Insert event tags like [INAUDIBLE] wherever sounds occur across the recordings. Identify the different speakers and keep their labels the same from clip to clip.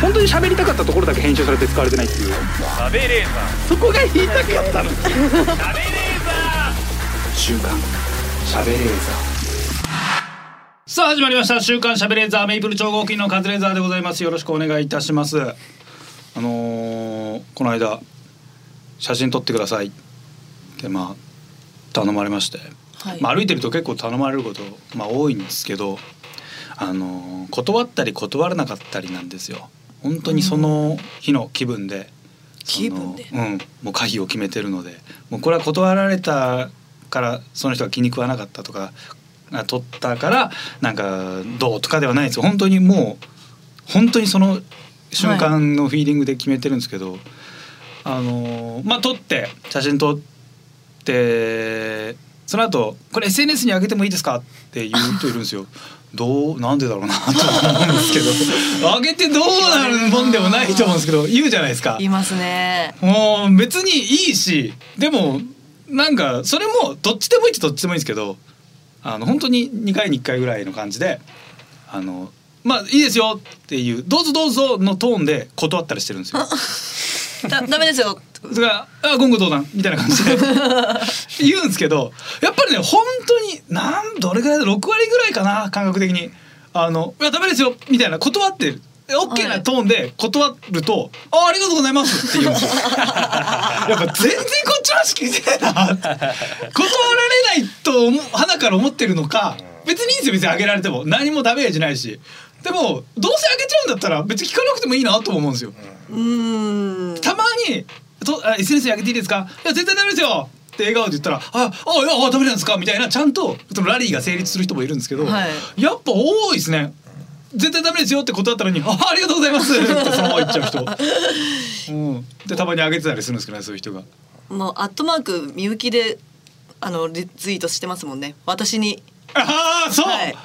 Speaker 1: 本当に喋りたかったところだけ編集されて使われてないっていう
Speaker 2: 食べれー
Speaker 1: そこが言いたかったの
Speaker 2: ザー食べれーザ
Speaker 1: 週刊喋れー
Speaker 2: ーさあ始まりました週刊しゃべれーザーメイプル超合金のカズレーザーでございますよろしくお願いいたしますあのー、この間写真撮ってくださいってまあ頼まれまして、
Speaker 3: はい
Speaker 2: まあ、歩いてると結構頼まれることまあ多いんですけどあのー断ったり断らなかったりなんですよ本当にその日の気分で、
Speaker 3: 気分で
Speaker 2: そのうん、もう可否を決めてるのでもうこれは断られたからその人が気に食わなかったとかあ取ったからなんかどうとかではないんですよ本当にもう本当にその瞬間のフィーリングで決めてるんですけど、あのーまあ撮って写真撮ってその後これ SNS に上げてもいいですかって言う人いるんですよ。どうなんでだろうなと思うんですけど上げてどうなるもんでもないと思うんですけど言うじゃないですか。
Speaker 3: いますね
Speaker 2: もう別にいいしでもなんかそれもどっちでもいいっちゃどっちでもいいんですけどあの本当に2回に1回ぐらいの感じで「あのまあいいですよ」っていう「どうぞどうぞ」のトーンで断ったりしてるんですよ。
Speaker 3: だダメですよ
Speaker 2: それが「あ言語道断」みたいな感じで言うんですけどやっぱりね本当になんどれぐらいだ6割ぐらいかな感覚的に「あのいやダメですよ」みたいな断ってる。オッケー
Speaker 3: は
Speaker 2: ないトーンで断ると「あありがとうございます」って言うんですよ。やっぱ全然こっちの話聞いてないなって断られないと思う花から思ってるのか別にいいんですよ別にあげられても何もダメージないしでもどうせあげちゃうんだったら別に聞かなくてもいいなとも思うんですよ。
Speaker 3: うーん
Speaker 2: たまにとあ SNS に上げていいですかいや絶対ダメですよって笑顔で言ったら「ああいやあダメなんですか?」みたいなちゃんとそのラリーが成立する人もいるんですけど、
Speaker 3: は
Speaker 2: やっぱ多いですね絶対ダメですよって断ったのに「あありがとうございます」ってそのまま言っちゃう人、うん、でたまに上げてたりするんですけどねそういう人が
Speaker 3: もうアットマークみゆきであのリツイートしてますもんね私に
Speaker 2: ああそう、
Speaker 3: はい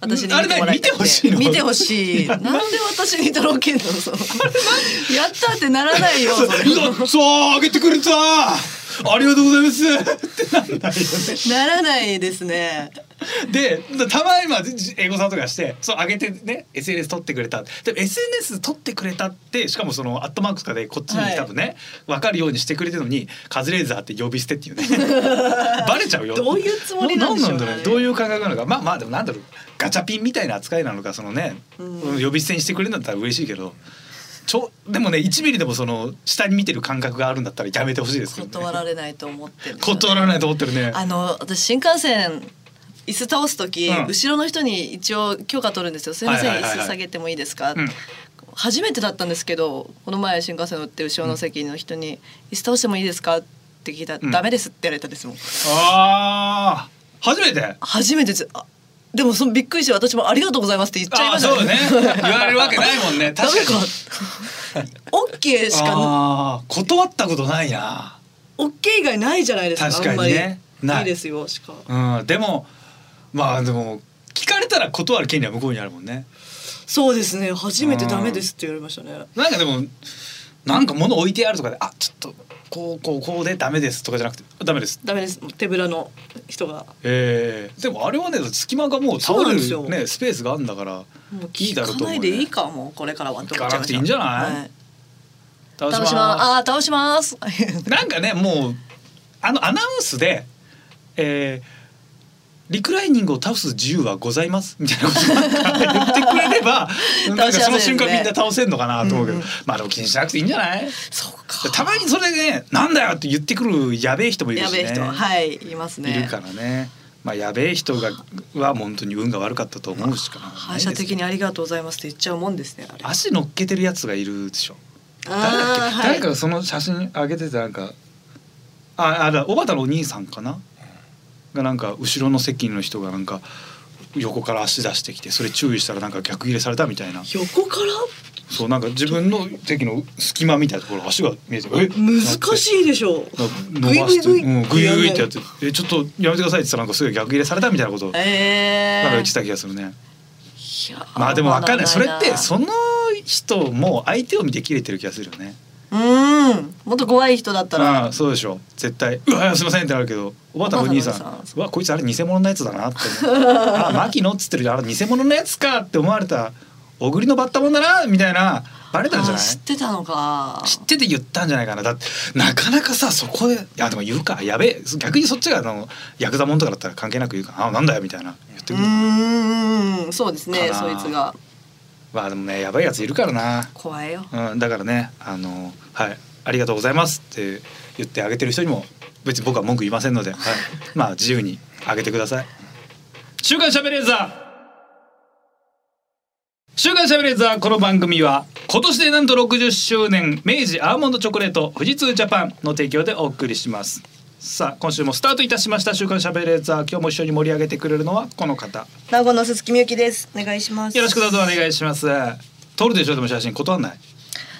Speaker 3: 私に
Speaker 2: あれ
Speaker 3: 見てもらいたく
Speaker 2: 何見てほしいの
Speaker 3: 見て
Speaker 2: [LAUGHS]
Speaker 3: ほしいなんで私にとろけんのそうやったってならないよそれ
Speaker 2: うわそう上げてくれたありがとうございますってなんないよね
Speaker 3: ならないですね
Speaker 2: [LAUGHS] でたまにまあ英語さんとかしてそう上げてね SNS 撮ってくれたでも SNS 撮ってくれたってしかもそのアットマークとかでこっち
Speaker 3: はい
Speaker 2: に多分ね、分かるようにしてくれてるのにカズレーザーって呼び捨てっていうね
Speaker 3: [LAUGHS]
Speaker 2: バレちゃうよ
Speaker 3: どういうつもりなんでしょうね
Speaker 2: ななんだろねどういう感覚なのかまあまあでもなんだろうガチャピンみたいな扱いなのかそのね、
Speaker 3: う
Speaker 2: 呼び捨てにしてくれるんだったら嬉しいけど。ちょでもね1ミリでもその下に見てる感覚があるんだったらやめてほしいですけど、ね、
Speaker 3: 断られないと思ってるんですよね
Speaker 2: 断られないと思ってるね
Speaker 3: あの私新幹線椅子倒す時、
Speaker 2: うん
Speaker 3: 後ろの人に一応許可取るんですよ「すいません、
Speaker 2: はいはいはいはい
Speaker 3: 椅子下げてもいいですか
Speaker 2: うん
Speaker 3: 初めてだったんですけどこの前新幹線乗って後ろの席の人に「椅子倒してもいいですか?」って聞いたら「
Speaker 2: うん
Speaker 3: ダメです」って言われたですもん
Speaker 2: あー初めて
Speaker 3: 初めてですあでもそのびっくりして私も「ありがとうございます」って言っちゃい
Speaker 2: あ
Speaker 3: ま
Speaker 2: あ
Speaker 3: した [LAUGHS]
Speaker 2: そうね言われるわけないもんね
Speaker 3: ダ
Speaker 2: 確
Speaker 3: メか
Speaker 2: かに
Speaker 3: OK しか
Speaker 2: ああ断ったことないな
Speaker 3: OK 以外ないじゃないですか
Speaker 2: 確かにね
Speaker 3: あんま
Speaker 2: ない
Speaker 3: りいいですよしか
Speaker 2: うんでもまあでも聞かれたら断る権利は向こうにあるもんね
Speaker 3: そうですね初めて「ダメです」って言われましたね、
Speaker 2: なんかでもなんか物置いてあるとかであちょっとこうこうこうでダメですとかじゃなくてダメです
Speaker 3: ダメです手ぶらの人が
Speaker 2: えー、でもあれはね隙間がもう倒
Speaker 3: そうな
Speaker 2: れ
Speaker 3: んですよ
Speaker 2: るねスペースがあるんだから
Speaker 3: もう
Speaker 2: いい
Speaker 3: 聞
Speaker 2: だろう
Speaker 3: か
Speaker 2: と思う、
Speaker 3: な
Speaker 2: ね、
Speaker 3: いでいいかもうこれからは
Speaker 2: 聞かなくていいんじゃない
Speaker 3: はい
Speaker 2: 倒し
Speaker 3: 倒し
Speaker 2: ま
Speaker 3: ますすあー倒します
Speaker 2: なんかねもうあのアナウンスで、えーリクライニングを倒す自由はございますみたいなことなんか言ってくれればなんかその瞬間みんな倒せんのかなと思うけど、
Speaker 3: うんうん
Speaker 2: まあでも気にしなくていいんじゃない
Speaker 3: そうか
Speaker 2: たまにそれでね「なんだよ!」って言ってくるやべえ人もいる
Speaker 3: や
Speaker 2: し
Speaker 3: べ
Speaker 2: ね
Speaker 3: え人はいいますね
Speaker 2: いるからね、まあ、やべえ人がは本当に運が悪かったと思うしかない
Speaker 3: 反射的にありがとうございますって言っちゃうもんですねあれ
Speaker 2: 足乗っけてるやつがいるでしょ誰だっけ、
Speaker 3: あー
Speaker 2: 誰かがその写真上げててなんかああだ小畑のお兄さんかながなんか後ろの席の人がなんか横から足出してきてそれ注意したらなんか逆入れされたみたいな
Speaker 3: 横から
Speaker 2: そうなんか自分の席の隙間みたいなところ足が見えてえ
Speaker 3: 難しいでしょう
Speaker 2: い伸ばして
Speaker 3: グイグイ
Speaker 2: うんグイグイってやっ
Speaker 3: や
Speaker 2: てえちょっとやめてくださいって言ったらなんかすぐ逆入れされたみたいなことなんか
Speaker 3: え
Speaker 2: 言っ
Speaker 3: え
Speaker 2: てた気がするね。
Speaker 3: いや
Speaker 2: まあでもわかんないそれって
Speaker 3: う
Speaker 2: その人も相手を見て切れてる気がするよね。
Speaker 3: うんもっと怖い人だったら
Speaker 2: ああそうでしょ絶対「うわすいません」ってなるけどおばたのお兄さん
Speaker 3: おばたのお兄さ
Speaker 2: うわこいつあれ偽物のやつだな」って思
Speaker 3: [LAUGHS]
Speaker 2: う「あ牧野っつってるあれ偽物のやつか」って思われた「小栗のバッタモンだな」みたいなバレたんじゃ
Speaker 3: あ
Speaker 2: ない
Speaker 3: 知ってたのか
Speaker 2: 知ってて言ったんじゃないかなだってなかなかさそこで「あでも言うかやべえ逆にそっちがあのヤクザもんとかだったら関係なく言うかなあなんだよ」みたいな言って
Speaker 3: う
Speaker 2: くる、
Speaker 3: ーんそうですね
Speaker 2: か
Speaker 3: そ
Speaker 2: ない
Speaker 3: つが
Speaker 2: まあでもねやばいやついるからな、
Speaker 3: 怖いよ
Speaker 2: うん、だからねあのはいありがとうございますって言ってあげてる人にも別に僕は文句言いませんので、はい、まあ自由にあげてください週刊しゃべレーザー週刊しゃべレーザーこの番組は今年でなんと60周年明治アーモンドチョコレート富士通ジャパンの提供でお送りしますさあ今週もスタートいたしました週刊しゃべレーザー今日も一緒に盛り上げてくれるのはこの方
Speaker 3: 名護の鈴木みゆきですお願いします
Speaker 2: よろしくどうぞお願いします撮るでしょでも写真断んない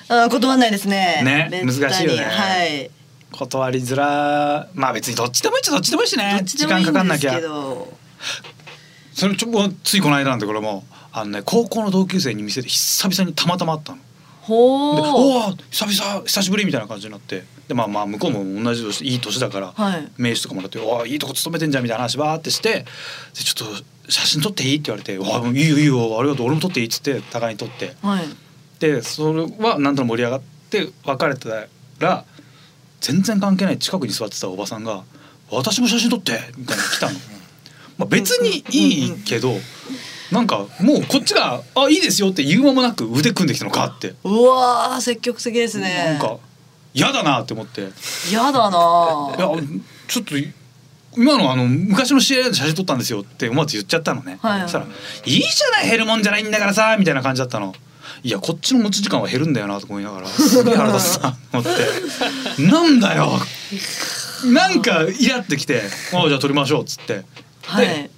Speaker 3: あー断んないですね
Speaker 2: ね
Speaker 3: めったに
Speaker 2: 難しいよね
Speaker 3: はい
Speaker 2: 断りづらまあ別にどっちでもいいっちゃどっちでもいいしね
Speaker 3: どっちで
Speaker 2: 時
Speaker 3: も
Speaker 2: 間
Speaker 3: いい
Speaker 2: かかん
Speaker 3: んで
Speaker 2: な
Speaker 3: す
Speaker 2: きゃ
Speaker 3: けど
Speaker 2: それちょもうついこの間なんだけどもあのね高校の同級生に店で久々にたまたま会ったので「
Speaker 3: ほ
Speaker 2: お
Speaker 3: ー
Speaker 2: お久々久しぶり」みたいな感じになってでまあまあ向こうも同じ年いい年だから、
Speaker 3: はい
Speaker 2: 名刺とかもらって「おおいいとこ勤めてんじゃん」みたいな話バーってして「でちょっと写真撮っていい?」って言われて「わあいいよいいよありがとう俺も撮っていい」っつって互いに撮って。
Speaker 3: はい
Speaker 2: でそれはなんとなく盛り上がって別れたら全然関係ない近くに座ってたおばさんが「私も写真撮って」みたいなの来たの。まあ、別にいいけどなんかもうこっちが「あいいですよ」って言う間もなく腕組んできたのかって
Speaker 3: うわー積極的です
Speaker 2: なん
Speaker 3: ね
Speaker 2: か嫌だなって思っていや
Speaker 3: やだなー
Speaker 2: ちょっと今のあの昔の知り合いで写真撮ったんですよって思わず言っちゃったのね、
Speaker 3: はい
Speaker 2: そしたら「いいじゃない減るもんじゃないんだからさ」みたいな感じだったの。いやこっちの持ち時間は減るんだよなと思いながらすげえ腹立つなと思って
Speaker 3: [LAUGHS]
Speaker 2: なんだよなんかイラってきて「ああじゃあ撮りましょう」っつって
Speaker 3: はい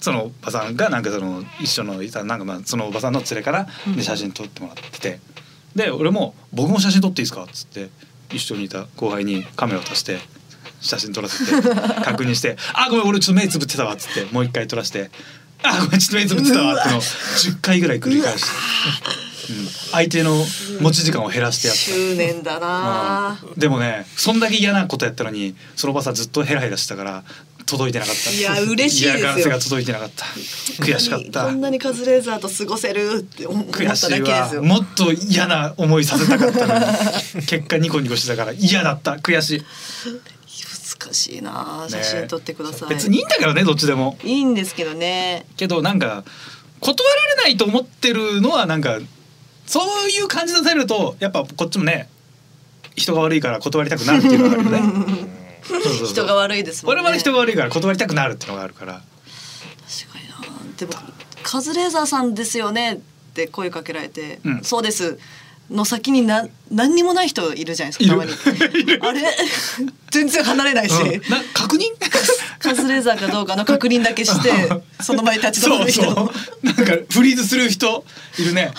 Speaker 2: そのおばさんがなんかその一緒のいたなんかまあそのおばさんの連れから
Speaker 3: うん
Speaker 2: で写真撮ってもらってて、で俺も「僕も写真撮っていいですか?」っつって一緒にいた後輩にカメラを足して写真撮らせて
Speaker 3: [LAUGHS]
Speaker 2: 確認して「あごめん俺ちょっと目つぶってたわ」っつってもう一回撮らせて「あごめんちょっと目つぶってたわ」ってのを10回ぐらい繰り返して、うん、相手の持ち時間を減らしてやった。
Speaker 3: 執念だなー
Speaker 2: でもねそんだけ嫌なことやったのにそのおばさんずっとヘラヘラしてたから届いてなかった
Speaker 3: いや嬉しいですよ
Speaker 2: 嫌がらせが届いてなかった悔しかった
Speaker 3: こんなにカズレーザーと過ごせるって思った
Speaker 2: 悔
Speaker 3: だ
Speaker 2: し
Speaker 3: け
Speaker 2: い
Speaker 3: です
Speaker 2: わ
Speaker 3: よ
Speaker 2: もっと嫌な思いさせたかったの
Speaker 3: [LAUGHS]
Speaker 2: に結果ニコニコしてたから嫌だった悔しい、ね
Speaker 3: 難しいなー写真撮ってください、
Speaker 2: 別にいいんだけどねどっちでも
Speaker 3: いいんですけどね
Speaker 2: けどなんか断られないと思ってるのはなんかそういう感じ出せるとやっぱこっちもね人が悪いから断りたくなるっていうのがあるよ
Speaker 3: [LAUGHS]
Speaker 2: ねそうそうそう
Speaker 3: 人が悪いですもん
Speaker 2: 我
Speaker 3: ね
Speaker 2: 々人が悪いから断りたくなるっていうのがあるから
Speaker 3: 確かになでも「カズレーザーさんですよね」って声かけられて「
Speaker 2: うん
Speaker 3: そうです」の先にな何にもない人いるじゃないですかたまにあれ [LAUGHS] 全然離れないし、
Speaker 2: うんな確認
Speaker 3: カズレーザーかどうかの確認だけ
Speaker 2: [LAUGHS]
Speaker 3: して [LAUGHS] その場に立ち止ま
Speaker 2: そう
Speaker 3: る人
Speaker 2: そうなんかフリーズする人いるね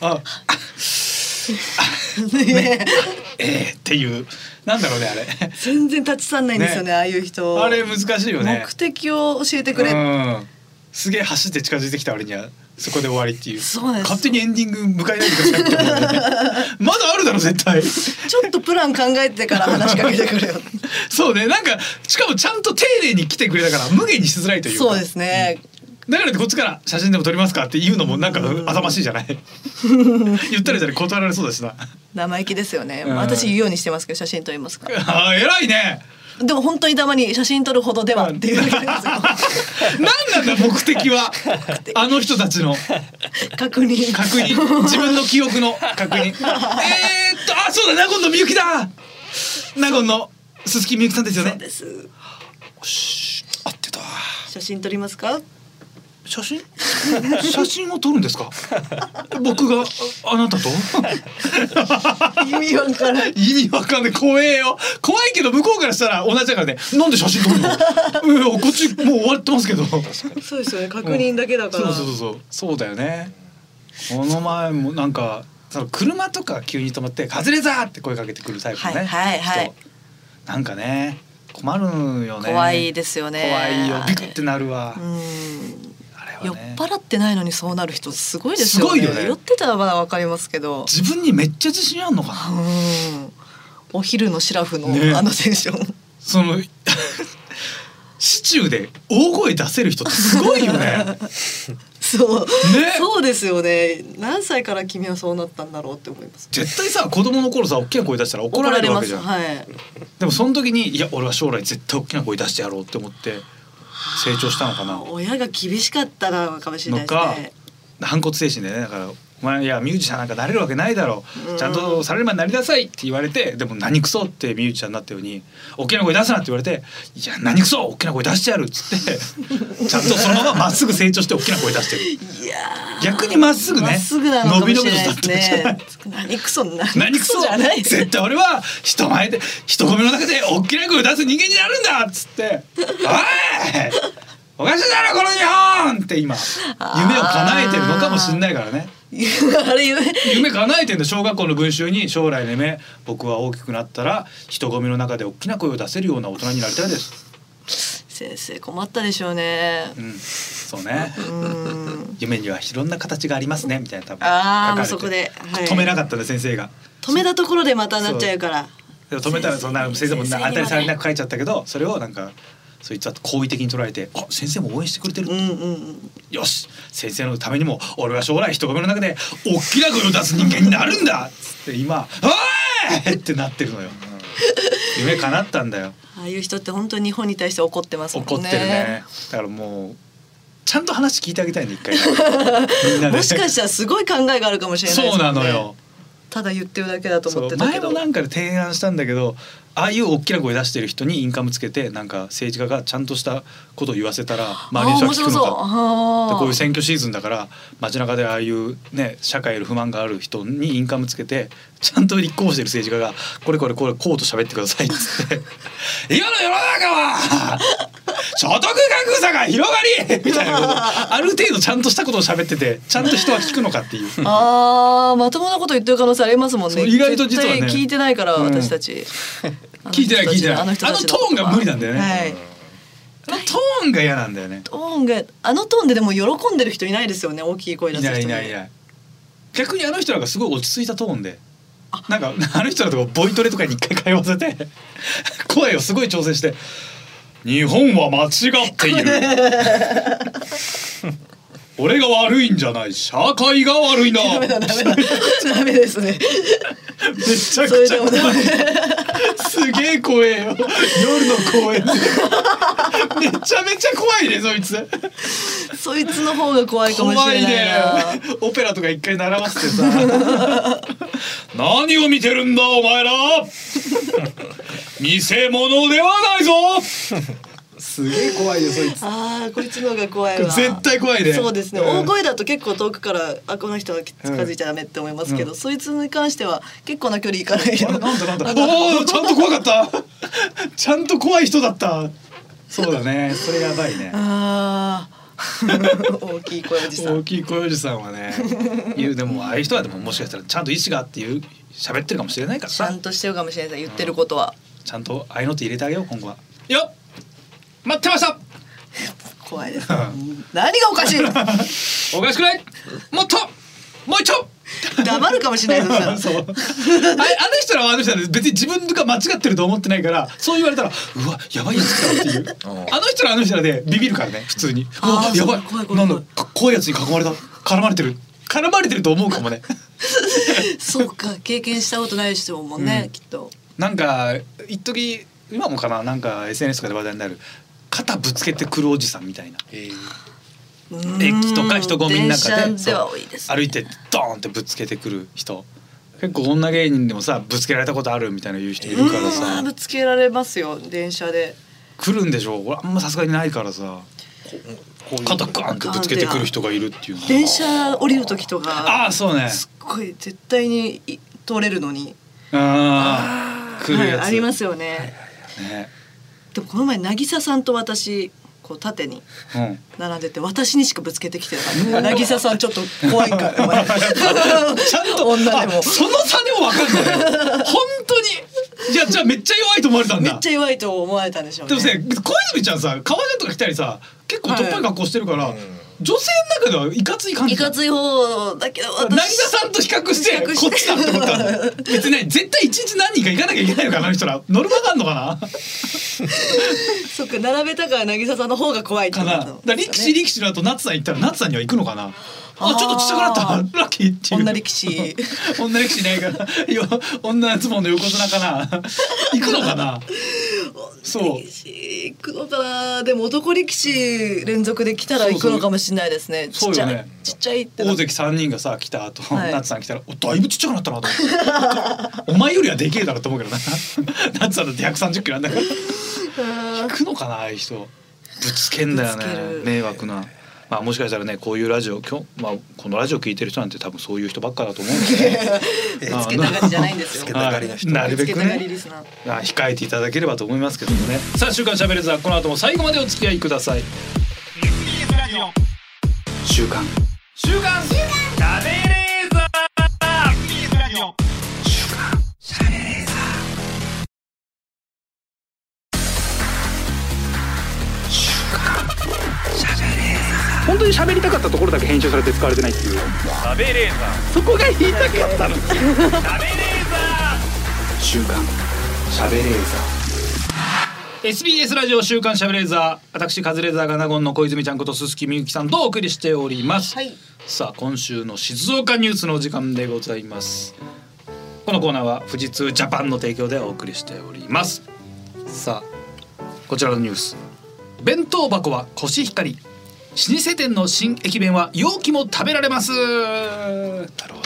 Speaker 2: あ
Speaker 3: [LAUGHS] ね
Speaker 2: ええっていうなんだろうねあれ
Speaker 3: 全然立ち去んないんですよね
Speaker 2: ね
Speaker 3: ああいう人
Speaker 2: あれ難しいよね
Speaker 3: 目的を教えてくれ、
Speaker 2: うんすげえ走って近づいてきた俺にはそこで終わりっていう
Speaker 3: そうです
Speaker 2: 勝手にエンディング迎えないでくださいって思
Speaker 3: [LAUGHS]
Speaker 2: うんだよねまだあるだろ絶対
Speaker 3: ちょっとプラン考えてから話しかけて
Speaker 2: [LAUGHS]
Speaker 3: くれよ
Speaker 2: そうねなんかしかもちゃんと丁寧に来てくれたから無限にしづらいというか
Speaker 3: そうですね、
Speaker 2: だからってこっちから写真でも撮りますかっていうのもなんかあざましいじゃない [LAUGHS] 言ったらじゃない断られそうだしな
Speaker 3: 生意気ですよね、
Speaker 2: うん
Speaker 3: 私言うようにしてますけど写真撮りますか
Speaker 2: あー偉いね
Speaker 3: でも本当にたまに写真撮るほどではっていうだけなんです
Speaker 2: 何なんだ目的はあの人たちの
Speaker 3: よ [LAUGHS] 確認
Speaker 2: 確認自分の記憶の確認えー、っとあそうだ納言のみゆきだ納言の鈴木みゆきさんですよ
Speaker 3: そう
Speaker 2: ね
Speaker 3: です
Speaker 2: よし合ってた
Speaker 3: 写真撮りますか
Speaker 2: 写真写真を撮るんですか僕がああなたと
Speaker 3: 意味わからない
Speaker 2: 意味わかんない怖えよ怖いけど向こうからしたら同じだからねなんで写真撮るのいやこっちもう終わってますけど
Speaker 3: そうですよね確認だけだか
Speaker 2: そ
Speaker 3: ら、
Speaker 2: うそうそうそうそうだよねこの前もなんかその車とか急に止まって「カズレーザー!」って声かけてくるタイプのね、
Speaker 3: はいはいはい
Speaker 2: 人なんかね困るよね
Speaker 3: 怖いですよね
Speaker 2: 怖いよビクってなるわ、
Speaker 3: うん
Speaker 2: あれ
Speaker 3: 酔
Speaker 2: は
Speaker 3: っ
Speaker 2: ね
Speaker 3: 払ってないのにそうなる人すごいですよ
Speaker 2: すご
Speaker 3: ね
Speaker 2: いよね
Speaker 3: 酔ってたらまだわかりますけど
Speaker 2: 自分にめっちゃ自信あんのかな
Speaker 3: うんお昼のシラフの
Speaker 2: ね
Speaker 3: あのテンション、
Speaker 2: その [LAUGHS] シチューで大声出せる人ってすごいよね
Speaker 3: そう、
Speaker 2: ね
Speaker 3: そうですよね何歳から君はそうなったんだろうって思います
Speaker 2: 絶対さ子供の頃さ大きな声出したら怒られるわけじゃん、
Speaker 3: 怒られますはい
Speaker 2: でもその時にいや俺は将来絶対大きな声出してやろうって思って成長したのかな
Speaker 3: 親が厳しかったのかもしれな
Speaker 2: の
Speaker 3: いです
Speaker 2: か
Speaker 3: ね
Speaker 2: 反骨精神でねだから「お前いやミュージシャンなんかなれるわけないだろ
Speaker 3: うん
Speaker 2: ちゃんとサラリーマンになりなさい」って言われてでも「何クソ」ってミュージシャンになったように「大きな声出すな」って言われて「いや何クソ大きな声出してやる」っつって
Speaker 3: [LAUGHS]
Speaker 2: ちゃんとそのまままっすぐ成長して大きな声出してる
Speaker 3: いやー
Speaker 2: 逆にまっすぐね
Speaker 3: まっすぐなのかもしれないです
Speaker 2: 伸び伸びと立って
Speaker 3: ね
Speaker 2: る
Speaker 3: [LAUGHS] 何クソ何
Speaker 2: 何
Speaker 3: ク
Speaker 2: ク
Speaker 3: ソ
Speaker 2: ソ
Speaker 3: じゃない
Speaker 2: 絶対俺は人前で人混みの中で大きな声出す人間になるんだっつって「おいおかしいだろこの日本!」って今夢を叶えてるのかもしんないからね。
Speaker 3: あれ夢
Speaker 2: 夢叶えてんだ小学校の文集に将来の夢僕は大きくなったら人混みの中で大きな声を出せるような大人になりたいです。
Speaker 3: 先生困ったでしょうね
Speaker 2: うん、そうね。
Speaker 3: うん
Speaker 2: 夢にはいろんな形がありますねみたいな多分
Speaker 3: あー
Speaker 2: 書かれて
Speaker 3: もうそこではい
Speaker 2: 止めなかったね先生が。
Speaker 3: 止めたところでまたなっちゃうから
Speaker 2: でも止めたらそんな先生もな
Speaker 3: 先生には
Speaker 2: 当たり障りなく書いちゃったけどそれをなんかそいつは好意的に捉えて「あ先生も応援してくれてる
Speaker 3: うんうんうん
Speaker 2: よし先生のためにも俺は将来人混みの中で大きな声を出す人間になるんだ!」っつって今「おい!」ってなってるのよ。夢叶ったんだよ
Speaker 3: ああいう人って本当に日本に対して怒ってますもんね
Speaker 2: 怒ってるねだからもうちゃんと話聞いてあげたいね一回みんなで
Speaker 3: [LAUGHS] もしかしたらすごい考えがあるかもしれないで
Speaker 2: そう
Speaker 3: すも
Speaker 2: なん
Speaker 3: ね
Speaker 2: のよ
Speaker 3: ただ言ってるだけだと
Speaker 2: そ
Speaker 3: 思っ
Speaker 2: う
Speaker 3: てたけ
Speaker 2: 前
Speaker 3: ど
Speaker 2: もなんかで提案したんだけどああいう大きな声出してる人にインカムつけてなんか政治家がちゃんとしたことを言わせたら周りの人は聞くのか
Speaker 3: あー面白そう
Speaker 2: で
Speaker 3: あー
Speaker 2: こういう選挙シーズンだから街中でああいうね社会への不満がある人にインカムつけてちゃんと立候補してる政治家が「これこれこれこうと喋ってください」っつ
Speaker 3: [LAUGHS]
Speaker 2: って「今の世の中は所得格差が広がり!」みたいなこと
Speaker 3: [LAUGHS]
Speaker 2: ある程度ちゃんとしたことを喋っててちゃんと人は聞くのかっていう。 [LAUGHS]
Speaker 3: あーまともなこと言ってる可能性ありますもん
Speaker 2: そ
Speaker 3: ね
Speaker 2: う意外と実はね
Speaker 3: 絶対聞いてないから
Speaker 2: うん
Speaker 3: 私たち、
Speaker 2: [LAUGHS] 聞いてない聞いてない
Speaker 3: あの人たち
Speaker 2: あのトーンが無理なんだよね
Speaker 3: はい、
Speaker 2: あのトーンが嫌なんだよね。
Speaker 3: トーンがあのトーンででも喜んでる人いないですよね大きい声出
Speaker 2: い
Speaker 3: す人
Speaker 2: な
Speaker 3: ね
Speaker 2: いいないいない逆にあの人なんかすごい落ち着いたトーンでなんかあの人らとかボイトレとかに一回通わせて [LAUGHS] 声をすごい調整して「日本は間違って
Speaker 3: [LAUGHS]
Speaker 2: いる」「俺が悪いんじゃない社会が悪
Speaker 3: [LAUGHS]
Speaker 2: いな」
Speaker 3: ダ
Speaker 2: めち
Speaker 3: メだダメ
Speaker 2: [LAUGHS]
Speaker 3: だダメですね
Speaker 2: ゃ
Speaker 3: そ
Speaker 2: く
Speaker 3: れ
Speaker 2: ちゃ
Speaker 3: でも
Speaker 2: 怖い
Speaker 3: ダメ
Speaker 2: すげえ怖えよ夜の公
Speaker 3: [LAUGHS]
Speaker 2: 園でめちゃめちゃ怖いねそいつ。
Speaker 3: そいつの方が怖いかもし
Speaker 2: 怖
Speaker 3: れ
Speaker 2: い
Speaker 3: ない
Speaker 2: ね
Speaker 3: な
Speaker 2: オペラとか一回習わせてさ
Speaker 3: [LAUGHS]
Speaker 2: 何を見てるんだお前ら見せ物ではないぞすげえ怖いよそいつ
Speaker 3: あーこいつの方が怖いわ
Speaker 2: 絶対怖いね
Speaker 3: そうですね、
Speaker 2: うん
Speaker 3: 大声だと結構遠くからあこの人は近づいちゃダメって思いますけど、そいつに関しては結構な距離いかない
Speaker 2: あれ
Speaker 3: の
Speaker 2: なんだなんだ
Speaker 3: [LAUGHS]
Speaker 2: おおちゃんと怖かったちゃんと怖い人だったそうだねそれやばいね
Speaker 3: あー大きい声おじさ
Speaker 2: 大
Speaker 3: ん。
Speaker 2: きい小おじさんはねいやでもああいう人はでももしかしたらちゃんと意思があっていう喋ってるかもしれないから
Speaker 3: ちゃ
Speaker 2: さ
Speaker 3: んとしてるかもしれないです言ってることは
Speaker 2: ちゃんとああいうのって入れてあげよう今後はよっ待ってました
Speaker 3: 怖いです。何がおかしい
Speaker 2: [LAUGHS]
Speaker 3: の？
Speaker 2: おかしくないもっともう一 [LAUGHS] 丁
Speaker 3: 黙るかもしれないです
Speaker 2: そ
Speaker 3: よ。
Speaker 2: うああの人らはあの人らで別に自分が間違ってると思ってないからそう言われたらうわやばいやつ来たっていうあの人らはあの人らでビビるからね普通にう
Speaker 3: あ
Speaker 2: わ
Speaker 3: ー
Speaker 2: やばい
Speaker 3: 怖い怖
Speaker 2: な
Speaker 3: い怖い
Speaker 2: んだか怖いやつに囲まれた絡まれてる絡まれてると思うかもね
Speaker 3: そうか経験したことない人もね、
Speaker 2: うん
Speaker 3: きっと。
Speaker 2: なんか一時今もかななんか SNS とかで話題になる肩ぶつけてくるおじさんみたいな
Speaker 3: うーん
Speaker 2: 駅とか人混みの中で
Speaker 3: 電車では多いです、
Speaker 2: そう歩いてドーンってぶつけてくる人結構女芸人でもさぶつけられたことあるみたいな言う人いるから
Speaker 3: うー
Speaker 2: さ
Speaker 3: んぶつけられますよ電車で。
Speaker 2: 来るんでしょ俺あんまさすがにないからさ
Speaker 4: こういう
Speaker 2: 肩ガーンってぶつけてくる人がいるっていうの
Speaker 3: 電車降りる時と
Speaker 2: あ
Speaker 3: か
Speaker 2: あそうね
Speaker 3: すっごい絶対にい通れるのに。
Speaker 2: ああ来るやつ、
Speaker 3: はいありますよね。
Speaker 2: ね
Speaker 3: でもこの前渚さんと私こう縦に
Speaker 2: うん
Speaker 3: 並んでて私にしかぶつけてきてなかった渚さんちょっと怖
Speaker 2: [LAUGHS]
Speaker 3: いからお前
Speaker 2: ちゃんと
Speaker 3: 女でも
Speaker 2: あその差でも分かんない本当にいやじゃあめっちゃ弱いと思われたん
Speaker 3: め
Speaker 2: だ
Speaker 3: っちゃ弱いと思われたんでしょう
Speaker 2: で
Speaker 3: ね
Speaker 2: もね小泉ちゃんさ革ジャンとか着たりさ結構突破い格好してるから、
Speaker 4: うん
Speaker 2: 女性の中ではいかつい感じ
Speaker 3: いかつい方だけど
Speaker 2: 渚さんと比較して
Speaker 3: 比較して
Speaker 2: こっちだってことなんだ [LAUGHS] 別にね絶対一日何人か行かなきゃいけないのかなあの人らノルマがあんのか
Speaker 3: そっか並べたから渚さんの方が怖いって
Speaker 2: な
Speaker 3: こ
Speaker 2: か
Speaker 3: と
Speaker 2: な
Speaker 3: な
Speaker 2: だ
Speaker 3: の
Speaker 2: から力士力士だと夏さん行ったら夏さんには行くのかなあ
Speaker 3: あー
Speaker 2: ちょっとちっちゃくなったラッキーっていう
Speaker 3: 女力士
Speaker 2: 女力士ないから [LAUGHS] よ女ズボンの横綱かな行くのか [LAUGHS] な [LAUGHS] そう
Speaker 3: 女力士行くのかなでも男力士連続で来たら行くのかもしれないですね
Speaker 2: そうそう
Speaker 3: ちっちゃ
Speaker 2: そう
Speaker 3: い、
Speaker 2: よね
Speaker 3: ちっちゃいってな
Speaker 2: 大関三人がさ来た後、
Speaker 3: はい
Speaker 2: 夏さん来たらおだいぶちっちゃくなったなと思って
Speaker 3: [LAUGHS]
Speaker 2: お前よりはでけえだろと思うけどな [LAUGHS] 夏さんだって130キロなんだ
Speaker 3: [LAUGHS]
Speaker 2: から
Speaker 3: あ
Speaker 2: 行くのかなああいう人ぶつけんだよ
Speaker 3: ぶつけ
Speaker 2: ね
Speaker 3: る
Speaker 2: 迷惑な。まあもしかしたらねこういうラジオ今日、まあ、このラジオ聞いてる人なんて多分そういう人ばっかだと思うんですね
Speaker 3: [LAUGHS] ーぶつけたがりじゃないんですよ
Speaker 4: ぶつけたがりな人
Speaker 2: はいなる
Speaker 3: ぶつ
Speaker 2: べ
Speaker 3: け
Speaker 2: く
Speaker 3: たがり
Speaker 2: ね
Speaker 3: リスナー
Speaker 2: あ控えていただければと思いますけどもねさあ「週刊しゃべれず」はこの後も最後までお付き合いください
Speaker 1: 週刊
Speaker 2: 週刊
Speaker 1: 本当に喋りたかったところだけ編集されて使われてないっていうそこが言いたかったの週刊喋れーザ
Speaker 2: SBS ラジオ週刊しゃべれーザー私カズレーザーが納言の小泉ちゃんこと鈴木みゆきさんとお送りしております、
Speaker 3: はい
Speaker 2: さあ今週の静岡ニュースのお時間でございますこのコーナーは富士通ジャパンの提供でお送りしておりますさあこちらのニュース弁当箱はコシヒカリ老舗店の新駅弁は容器も食べられますなるほ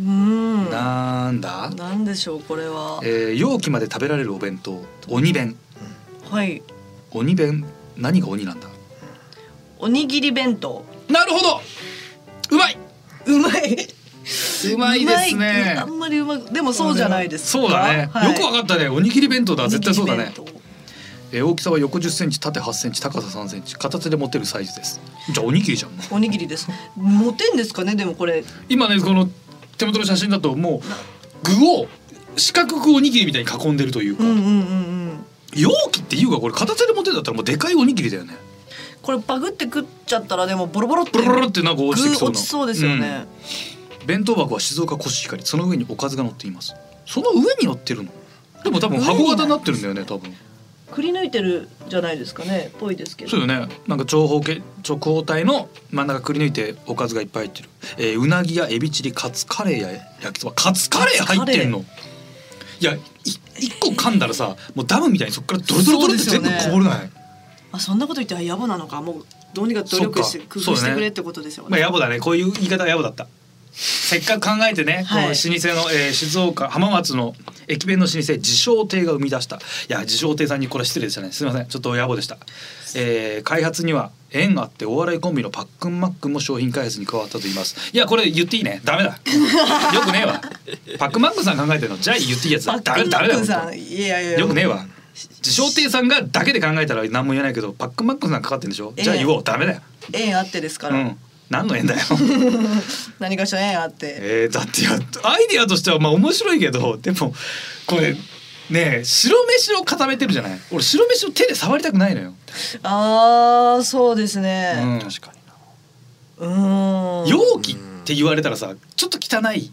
Speaker 3: うーん
Speaker 2: どなんだ
Speaker 3: なんでしょうこれは
Speaker 2: えー容器まで食べられるお弁当鬼弁
Speaker 3: はい
Speaker 2: 鬼弁何が鬼なんだ
Speaker 3: おにぎり弁当
Speaker 2: なるほどうまいう
Speaker 3: まいう
Speaker 2: まいですね
Speaker 3: うまいあんまりうまくでもそうじゃないですか
Speaker 2: そうだね、よくわ
Speaker 3: っ
Speaker 2: かったねおにぎり弁当だ絶対そうだね
Speaker 3: おにぎり弁
Speaker 2: えー大きさは横10センチ縦8センチ高さ3センチ形で持てるサイズですじゃあおにぎりじゃん
Speaker 3: 当おにぎりですモテんですかねでもこれ
Speaker 2: 今ねこの手元の写真だともう具を四角くおにぎりみたいに囲んでるというか、
Speaker 3: うんうんうんうん
Speaker 2: 容器っていうかこれ形で持てるんだったらもうでかいおにぎりだよね
Speaker 3: これバグって食っちゃったらでもボロボロって
Speaker 2: ブルブルってなんか
Speaker 3: 具
Speaker 2: 落ちてきそうな
Speaker 3: 落ちそうですよね、
Speaker 2: うん弁当箱は静岡コシヒカリその上におかずが乗っていますその上に乗ってるのでも多分箱型になってるんだよね多分
Speaker 3: くり抜いてるじゃないですかねぽいですけど
Speaker 2: そうよねなんか長方形直方体の真ん中くり抜いておかずがいっぱい入ってる、えーうなぎやエビチリカツカレーや焼きそばカツカレー入ってんのいやい一個噛んだらさもうダムみたいにそっからドロドロドロって
Speaker 3: そう
Speaker 2: 全
Speaker 3: で
Speaker 2: 部
Speaker 3: すよね
Speaker 2: こぼれない、
Speaker 3: あそんなこと言っては野暮なのかもうどうにか努力して
Speaker 2: そっか
Speaker 3: 工夫し
Speaker 2: そう
Speaker 3: て
Speaker 2: ね
Speaker 3: くれってことですよ
Speaker 2: まあ
Speaker 3: ね
Speaker 2: 野暮だねこういう言い方は野暮だったせっかく考えてね、
Speaker 3: は
Speaker 2: この老
Speaker 3: い
Speaker 2: 舗の、えー静岡浜松の駅弁の老舗自称亭が生み出したいや自称亭さんにこれ失礼でしたねすみませんちょっと野暮でした、えー開発には縁があってお笑いコンビのパックンマックンも商品開発に加わったと言いますいやこれ言っていいねダメだ [LAUGHS] よくねえわパックンマックンさん考えてるのじゃあ言っていいやつだ
Speaker 3: バ
Speaker 2: ダ
Speaker 3: ッ
Speaker 2: メ
Speaker 3: クン
Speaker 2: だダ
Speaker 3: バ
Speaker 2: メだ
Speaker 3: ック
Speaker 2: よ
Speaker 3: ンさんいやいやいや
Speaker 2: よくねえわ自称亭さんがだけで考えたら何も言えないけどパックンマックンさんかかってるんでしょじゃあ言おうダメだよ
Speaker 3: 縁あってですか
Speaker 2: う
Speaker 3: ら、
Speaker 2: ん何の縁だよ
Speaker 3: 何かしら縁あって
Speaker 2: えー、だってやアイディアとしてはまあ面白いけどでもこれねえ白飯を固めてるじゃない俺白飯を手で触りたくないのよ、
Speaker 3: あーそうです
Speaker 2: うん
Speaker 3: ね、
Speaker 2: 確かに
Speaker 3: うーん
Speaker 2: 容器って言われたらさちょっと汚い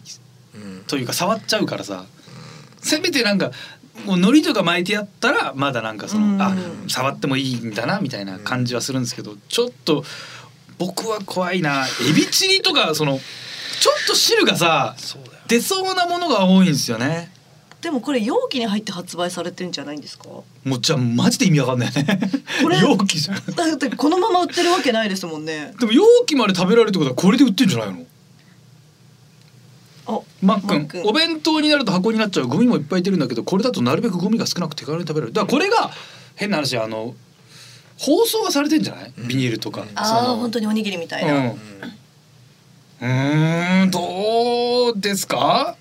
Speaker 4: うん
Speaker 2: というか触っちゃうからさせめてなんかもう海苔とか巻いてやったらまだなんかその、
Speaker 3: うん
Speaker 2: あ触ってもいいんだなみたいな感じはするんですけどちょっと僕は怖いなエビチリとかそのちょっと汁がさ
Speaker 4: そうだよ
Speaker 2: 出そうなものが多いんですよね。
Speaker 3: でもこれ容器に入って発売されてんじゃないんですか
Speaker 2: もうじゃあマジで意味わかんないね
Speaker 3: これ
Speaker 2: 容器じゃん
Speaker 3: だってこのまま売ってるわけないですもんね
Speaker 2: でも容器まで食べられるってことはこれで売ってんじゃないの
Speaker 3: あ
Speaker 2: マックン
Speaker 3: マックン
Speaker 2: お弁当になると箱になっちゃうゴミもいっぱい出るんだけどこれだとなるべくゴミが少なく手軽に食べられるだからこれが変な話あの包装はされてんじゃないビニールとか、
Speaker 3: あー本当におにぎりみたいな、
Speaker 2: うんうーんどうですか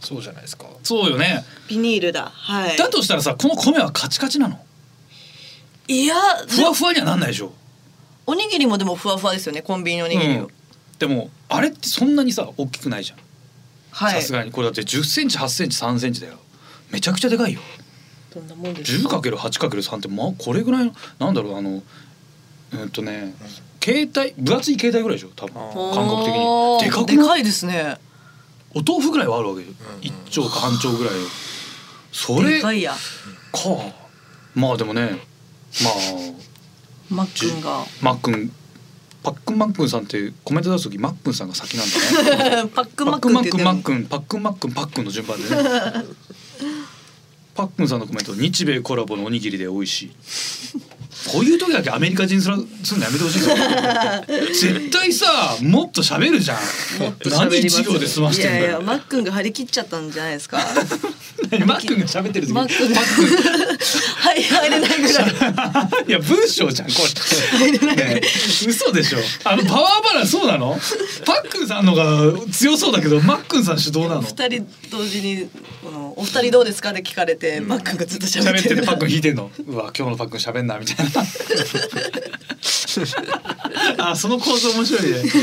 Speaker 4: そうじゃないですか
Speaker 2: そうよね
Speaker 3: ビニールだはい
Speaker 2: だとしたらさこの米はカチカチなの
Speaker 3: いや
Speaker 2: ふわふわにはなんないでしょ
Speaker 3: おにぎりもでもふわふわですよねコンビニのおにぎり
Speaker 2: う
Speaker 3: を、
Speaker 2: んでもあれってそんなにさ大きくないじゃん
Speaker 3: は
Speaker 2: さ
Speaker 3: い
Speaker 2: すがにこれだって1 0センチ8センチ3センチだよめちゃくちゃでかいよ
Speaker 3: どんなもんですか
Speaker 2: 10×8×3 ってまあこれぐらいのなんだろうあのうんとね携帯分厚い携帯ぐらいでしょ多分
Speaker 4: あー
Speaker 2: 感覚的
Speaker 3: おー
Speaker 2: にでかく
Speaker 3: で
Speaker 2: な
Speaker 3: か
Speaker 2: い
Speaker 3: いですね
Speaker 2: お豆腐ぐらいはあるわけよ、一1丁か半丁ぐらいそれ
Speaker 3: で
Speaker 2: か
Speaker 3: かいや
Speaker 2: まあでもねまあ
Speaker 3: マックンが
Speaker 2: マックンパックンマックンさんってコメント出す時マックンさんが先なんだね
Speaker 3: [LAUGHS] パックン
Speaker 2: パ
Speaker 3: マ
Speaker 2: ック
Speaker 3: ック
Speaker 2: ン
Speaker 3: ン
Speaker 2: マ
Speaker 3: って
Speaker 2: ック
Speaker 3: 言っ
Speaker 2: ン
Speaker 3: てる
Speaker 2: マックンパックンマックンパックンの順番でね [LAUGHS] パックンさんのコメント日米コラボのおにぎりで美味しいこういう時だけアメリカ人すらすんのやめてほしいですよ絶対さもっと喋るじゃん何授業で済ましてんだ
Speaker 3: いやいや
Speaker 2: よ
Speaker 3: マックンが張り切っちゃったんじゃない [LAUGHS] ですか
Speaker 2: 何マックンが喋ってる時
Speaker 3: マックンがはい入れないぐらい
Speaker 2: いや文章じゃんこれ、ねえ、嘘でしょあのパワーバランスそうなのパックンさんのが強そうだけどマックンさん主導なの
Speaker 3: 二人同時にこの「お二人どうですか?」って聞かれて、マックンがずっと喋
Speaker 2: 喋
Speaker 3: っ
Speaker 2: ってて
Speaker 3: る
Speaker 2: てパックン引いてんの [LAUGHS] うわ今日のパックン喋んなみたいな [LAUGHS] あその構造面白い [LAUGHS] ねパ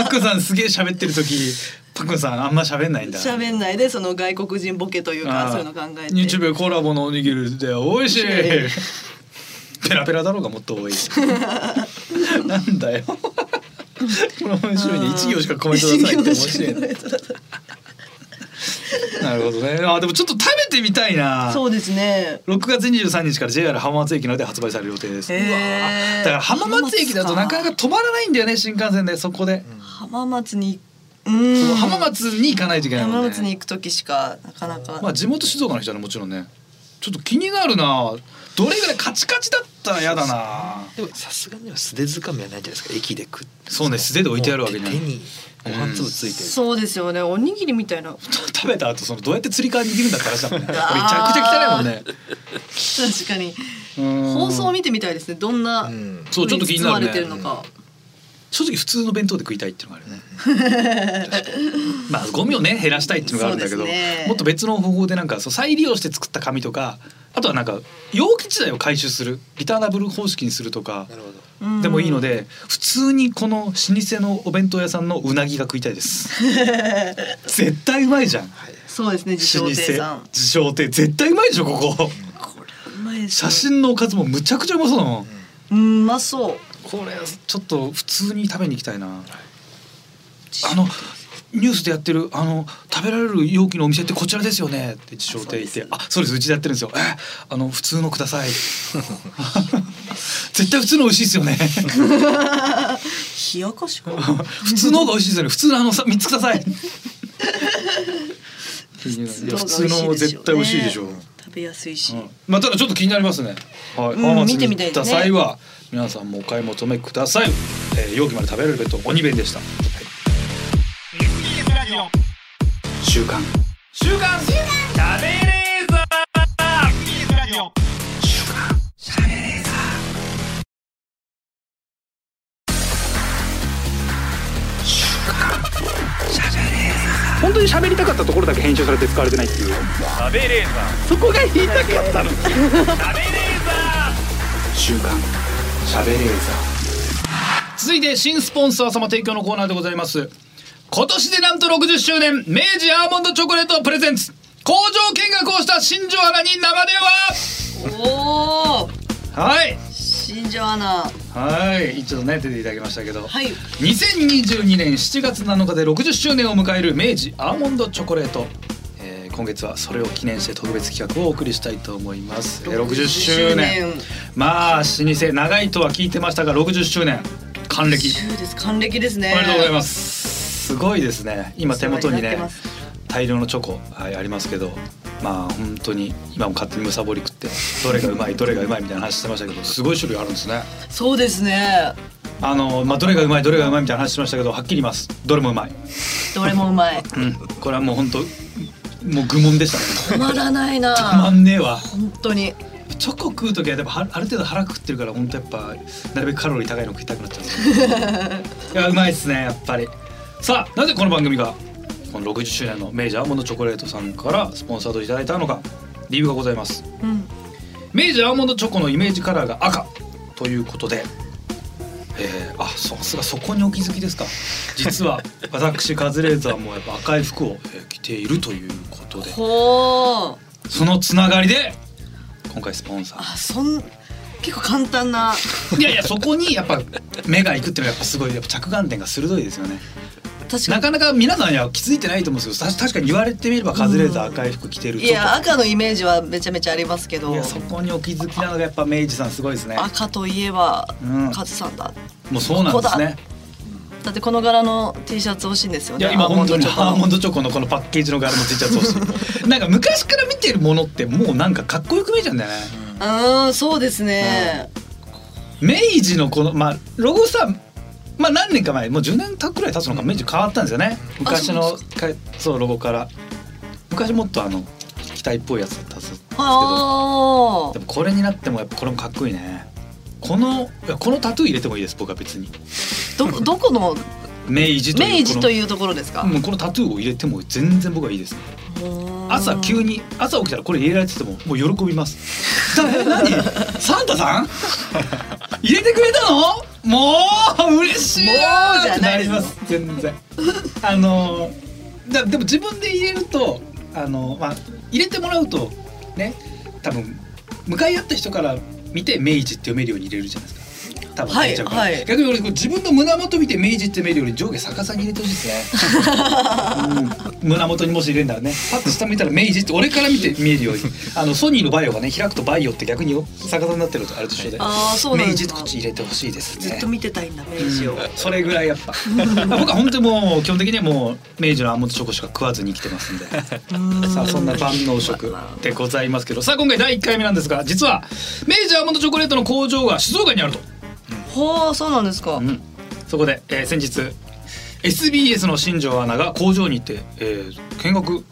Speaker 2: ックンさんすげえ喋ってる時パックンさんあんま喋んないんだ
Speaker 3: 喋んないでその外国人ボケというか
Speaker 2: あー
Speaker 3: そういうの考えて
Speaker 2: 日米コラボのおにぎりで美味しい
Speaker 3: 美味
Speaker 2: ペラペラだろうがもっと [LAUGHS] 多いなんだよこれ面白いね一行しかコメント出さないって面白いねなるほどねあでもちょっと食べてみたいな
Speaker 3: そうですね
Speaker 2: 6月23日から JR 浜松駅などで発売される予定です、
Speaker 3: へー
Speaker 2: うわだから浜松駅だとなかなか止まらないんだよね新幹線でそこで、
Speaker 3: 浜松にうーん
Speaker 2: 浜松に行かないといけないも
Speaker 3: 浜
Speaker 2: んね
Speaker 3: 松に行く時しかなかなか、
Speaker 2: まあ地元静岡の人はねもちろんねちょっと気になるなどれぐらいカチカチだったら嫌だ
Speaker 3: [LAUGHS]
Speaker 2: な
Speaker 4: でもさすがには素手掴みはないんじゃないですか駅で食って
Speaker 2: そうね素手で置いてあるわけじゃない
Speaker 4: もう手にご飯粒ついてる、
Speaker 3: そうですよねおにぎりみたいな確
Speaker 2: 食べた後そのどうやって釣り革握るんだって話だもんねこれめち
Speaker 3: あー
Speaker 2: ゃくちゃ汚いもんね
Speaker 3: かに
Speaker 2: うん
Speaker 3: 放送を見てみたいですねどんな、
Speaker 4: うん
Speaker 2: そうちょっと気になるね
Speaker 3: 包まれてるのか、
Speaker 2: 正直普通の弁当で食いたいっていうのがあるよね
Speaker 3: [LAUGHS]
Speaker 2: まあゴミをね減らしたいっていうのがあるんだけど、
Speaker 3: そうですね
Speaker 2: もっと別の方法でなんかそう再利用して作った紙とかあとはなんか容器自体を回収するリターナブル方式にするとか
Speaker 4: なるほど
Speaker 3: うん
Speaker 2: でもいいので、普通にこの老舗のお弁当屋さんのうなぎが食いたいです
Speaker 3: [LAUGHS]
Speaker 2: 絶対うまいじゃん
Speaker 4: はい
Speaker 3: そうですね自称
Speaker 2: 老舗
Speaker 3: 亭さん
Speaker 2: 自称亭絶対うまいでしょここ
Speaker 3: これうまいですね
Speaker 2: 写真のおかずもむちゃくちゃうまそうだもん
Speaker 3: うんうまそう
Speaker 2: これちょっと普通に食べに行きたいな、あのニュースでやってるあの食べられる容器のお店ってこちらですよねって自称亭言って「あそうですうちでやってるんですよえあの普通のくだ [LAUGHS] さい」絶対普通の美味しいですよね
Speaker 3: 冷やかしか
Speaker 2: 普通の方が美味しいですよね [LAUGHS] 普通のあのさ三つくださいいや普通の絶対美味しいでしょう、
Speaker 3: 食べやすいし、
Speaker 2: うんまあただちょっと気になりますね。はい、
Speaker 3: うん
Speaker 2: 浜松
Speaker 3: 見て
Speaker 2: に
Speaker 3: みた
Speaker 2: 行
Speaker 3: い
Speaker 2: っ
Speaker 3: で
Speaker 2: た
Speaker 3: すね
Speaker 2: 際は、皆さんもお買い求めください。えー、容器まで食べられる弁当鬼弁でした。週刊
Speaker 1: 本当に喋りたかったところだけ編集されて使われてないっていうそこが言いたかったの
Speaker 2: 週刊しゃべれー続いて新スポンサー様提供のコーナーでございます。今年でなんと60周年明治アーモンドチョコレートプレゼンツ工場見学をした新庄原に生電
Speaker 3: おお
Speaker 2: 話はい
Speaker 3: 新庄アナ
Speaker 2: はい一度ね出ていただきましたけど、
Speaker 3: はい
Speaker 2: 2022年7月7日で60周年を迎える明治アーモンドチョコレート、えー今月はそれを記念して特別企画をお送りしたいと思いますえー60周年
Speaker 3: 60
Speaker 2: まあ老舗長いとは聞いてましたが60周年還暦
Speaker 3: 週です還暦ですね
Speaker 2: おめでとうございますすすごいですね今手元にね大量のチョコ、はい、ありますけどまあ本当に今も勝手にむさぼり食ってどれがうまいどれがうまいみたいな話してましたけどすごい種類あるんですね
Speaker 3: そうですね
Speaker 2: あの、まあ、どれがうまいどれがうまいみたいな話してましたけどはっきり言いますどれもうまい
Speaker 3: どれもうまい
Speaker 2: うん、これはもう本当もう愚問でしたね
Speaker 3: 止まらないな
Speaker 2: 止まんねえわ
Speaker 3: 本当に
Speaker 2: チョコ食う時はやっぱはある程度腹食ってるから本当やっぱなるべくカロリー高いの食いたくなっちゃう [LAUGHS] いやうまいっすねやっぱりさあなぜこの番組がこの60周年の明治アーモンドチョコレートさんからスポンサードいただいたのか理由がございます
Speaker 3: うん
Speaker 2: 明治アーモンドチョコのイメージカラーが赤ということで、えー、あさすがそこにお気づきですか実は [LAUGHS] 私カズレーザーもやっぱ赤い服をえー着ているということで
Speaker 3: ほー
Speaker 2: そのつながりで今回スポンサー
Speaker 3: あそん結構簡単ない
Speaker 2: やいやそこにやっぱ目が行くっていうのはやっぱすごいやっぱ着眼点が鋭いですよね。
Speaker 3: 確か
Speaker 2: な
Speaker 3: に
Speaker 2: かなか皆さんには気づいてないと思うんですけどた確かに言われてみればカズレーザー赤い服着てる
Speaker 3: いや赤のイメージはめちゃめちゃありますけ
Speaker 2: い
Speaker 3: ど
Speaker 2: やそこにお気づきなのがやっぱ明治さんすごいですね。
Speaker 3: 赤といえば
Speaker 2: うん
Speaker 3: カズさんだ
Speaker 2: もうそうなんですね。
Speaker 3: だってこの柄の T シャツ欲しいんですよ
Speaker 2: い
Speaker 3: ね
Speaker 2: や今本当にアーモン
Speaker 3: ド
Speaker 2: ドチョコのこのパッケージの柄のついちゃってほし [LAUGHS] い。なんか昔から見てるものってもうなんかかっこよく見えちゃうんだよね。
Speaker 3: うんそうですね、
Speaker 2: 明治のこのまあロゴさまあ何年か前もう10年たくらい経つのか明治変わったんですよね昔のかそうロゴから昔もっとあの機体っぽいやつだったはずですけど
Speaker 3: あ
Speaker 2: でもこれになってもやっぱこれもかっこいいねこのいやこのタトゥー入れてもいいです僕は別に
Speaker 3: あど [LAUGHS] どこの
Speaker 2: 明治という
Speaker 3: 明治と
Speaker 2: う
Speaker 3: いうところですか
Speaker 2: この,、うん、このタトゥーを入れても全然僕はいいです朝急に朝起きたらこれ入れられててももう喜びます。 [LAUGHS] だえ何？サンタさ
Speaker 3: [LAUGHS]
Speaker 2: ん？入れてくれたの？もう嬉しい
Speaker 3: もうじゃない
Speaker 2: ります。全然。あのだでも自分で入れるとあのまあ入れてもらうとね多分向かい合った人から見て明治って読めるように入れるじゃないですか。多分
Speaker 3: はい
Speaker 2: 入っちゃうから
Speaker 3: はい
Speaker 2: 逆に俺こう自分の胸元見て明治って読めるように上下逆さに入れてほしいですね。うん胸元にもし入れるならねパッと下見たら明治って俺から見て見えるようにあのソニーのバイオがね開くとバイオって逆に逆さになってるとあれと一緒で
Speaker 3: あーそうなん
Speaker 2: 明
Speaker 3: で
Speaker 2: 治
Speaker 3: す
Speaker 2: っ
Speaker 3: か
Speaker 2: てこっち入れてほしいです
Speaker 3: ずっ
Speaker 2: ね
Speaker 3: と見てたいんだ明治を、
Speaker 2: それぐらいやっぱ僕は本当にもう基本的にはもう明治のアーモンドチョコしか食わずに生きてますんでさあそんな万能食でございますけどさあ今回第1回目なんですが実は明治アーモンドチョコレートの工場が静岡にあると。
Speaker 3: ほうそうなんですか、
Speaker 2: うん、そこで、えー先日 SBS の新庄アナが工場に行って、えー見学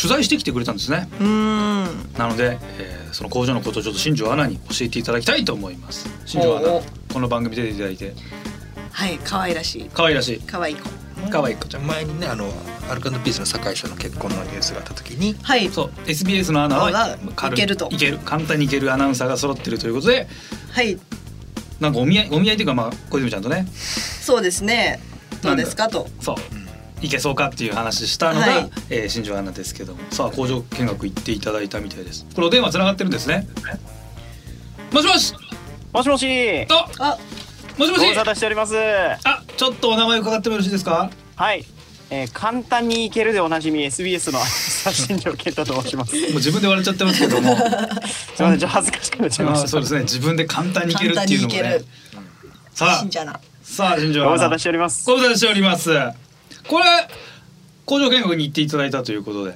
Speaker 2: 取材してきてくれたんですね
Speaker 3: うーん
Speaker 2: なので、えーその工場のことをちょっと新庄アナに教えていただきたいと思います新庄ア
Speaker 3: お
Speaker 2: ナ
Speaker 3: う
Speaker 2: この番組出ていただいて
Speaker 3: はい可愛らしい
Speaker 2: 可愛らしい
Speaker 3: 可愛い子
Speaker 2: 可愛い子ちゃん
Speaker 4: 前にねあのアルカンドピースの酒井さんの結婚のニュースがあった時に
Speaker 3: はい
Speaker 2: そう SBS のアナ
Speaker 3: アナ
Speaker 2: は
Speaker 3: は行けると
Speaker 2: いける簡単にいけるアナウンサーが揃ってるということで
Speaker 3: はい
Speaker 2: なんかお見合いお見合いというかまあ小泉ちゃんとね
Speaker 3: そうですねどうですかと
Speaker 2: そういけそうかっていう話したのが、
Speaker 3: はい
Speaker 2: えー新庄アナですけどもさあ工場見学行っていただいたみたいですこれお電話つながってるんですねもしもし
Speaker 5: もしもし。
Speaker 2: と
Speaker 3: あ
Speaker 2: もし
Speaker 5: ご
Speaker 2: もし
Speaker 5: 無沙汰しております。
Speaker 2: あちょっとお名前伺ってもよろしいですか
Speaker 5: はい。えー簡単に行けるでおなじみ SBS の写真条健太と申
Speaker 2: [LAUGHS]
Speaker 5: します。す
Speaker 2: もう自分で笑っちゃってますけど [LAUGHS] も
Speaker 5: みません、ちょっと恥ずかしくなっちゃい
Speaker 2: あ
Speaker 5: ま
Speaker 2: ー
Speaker 5: した。
Speaker 2: そうですね自分で簡単にいけるっ
Speaker 3: 簡単
Speaker 2: ていう
Speaker 3: に
Speaker 2: のも
Speaker 3: いけ
Speaker 2: ね
Speaker 3: る
Speaker 2: さあ
Speaker 3: 信者な
Speaker 2: さあ新庄
Speaker 5: ご
Speaker 2: ア
Speaker 5: 無沙
Speaker 2: ナ
Speaker 5: 汰しております。
Speaker 2: ご無沙汰しておりますこれ工場見学に行っていただいたということで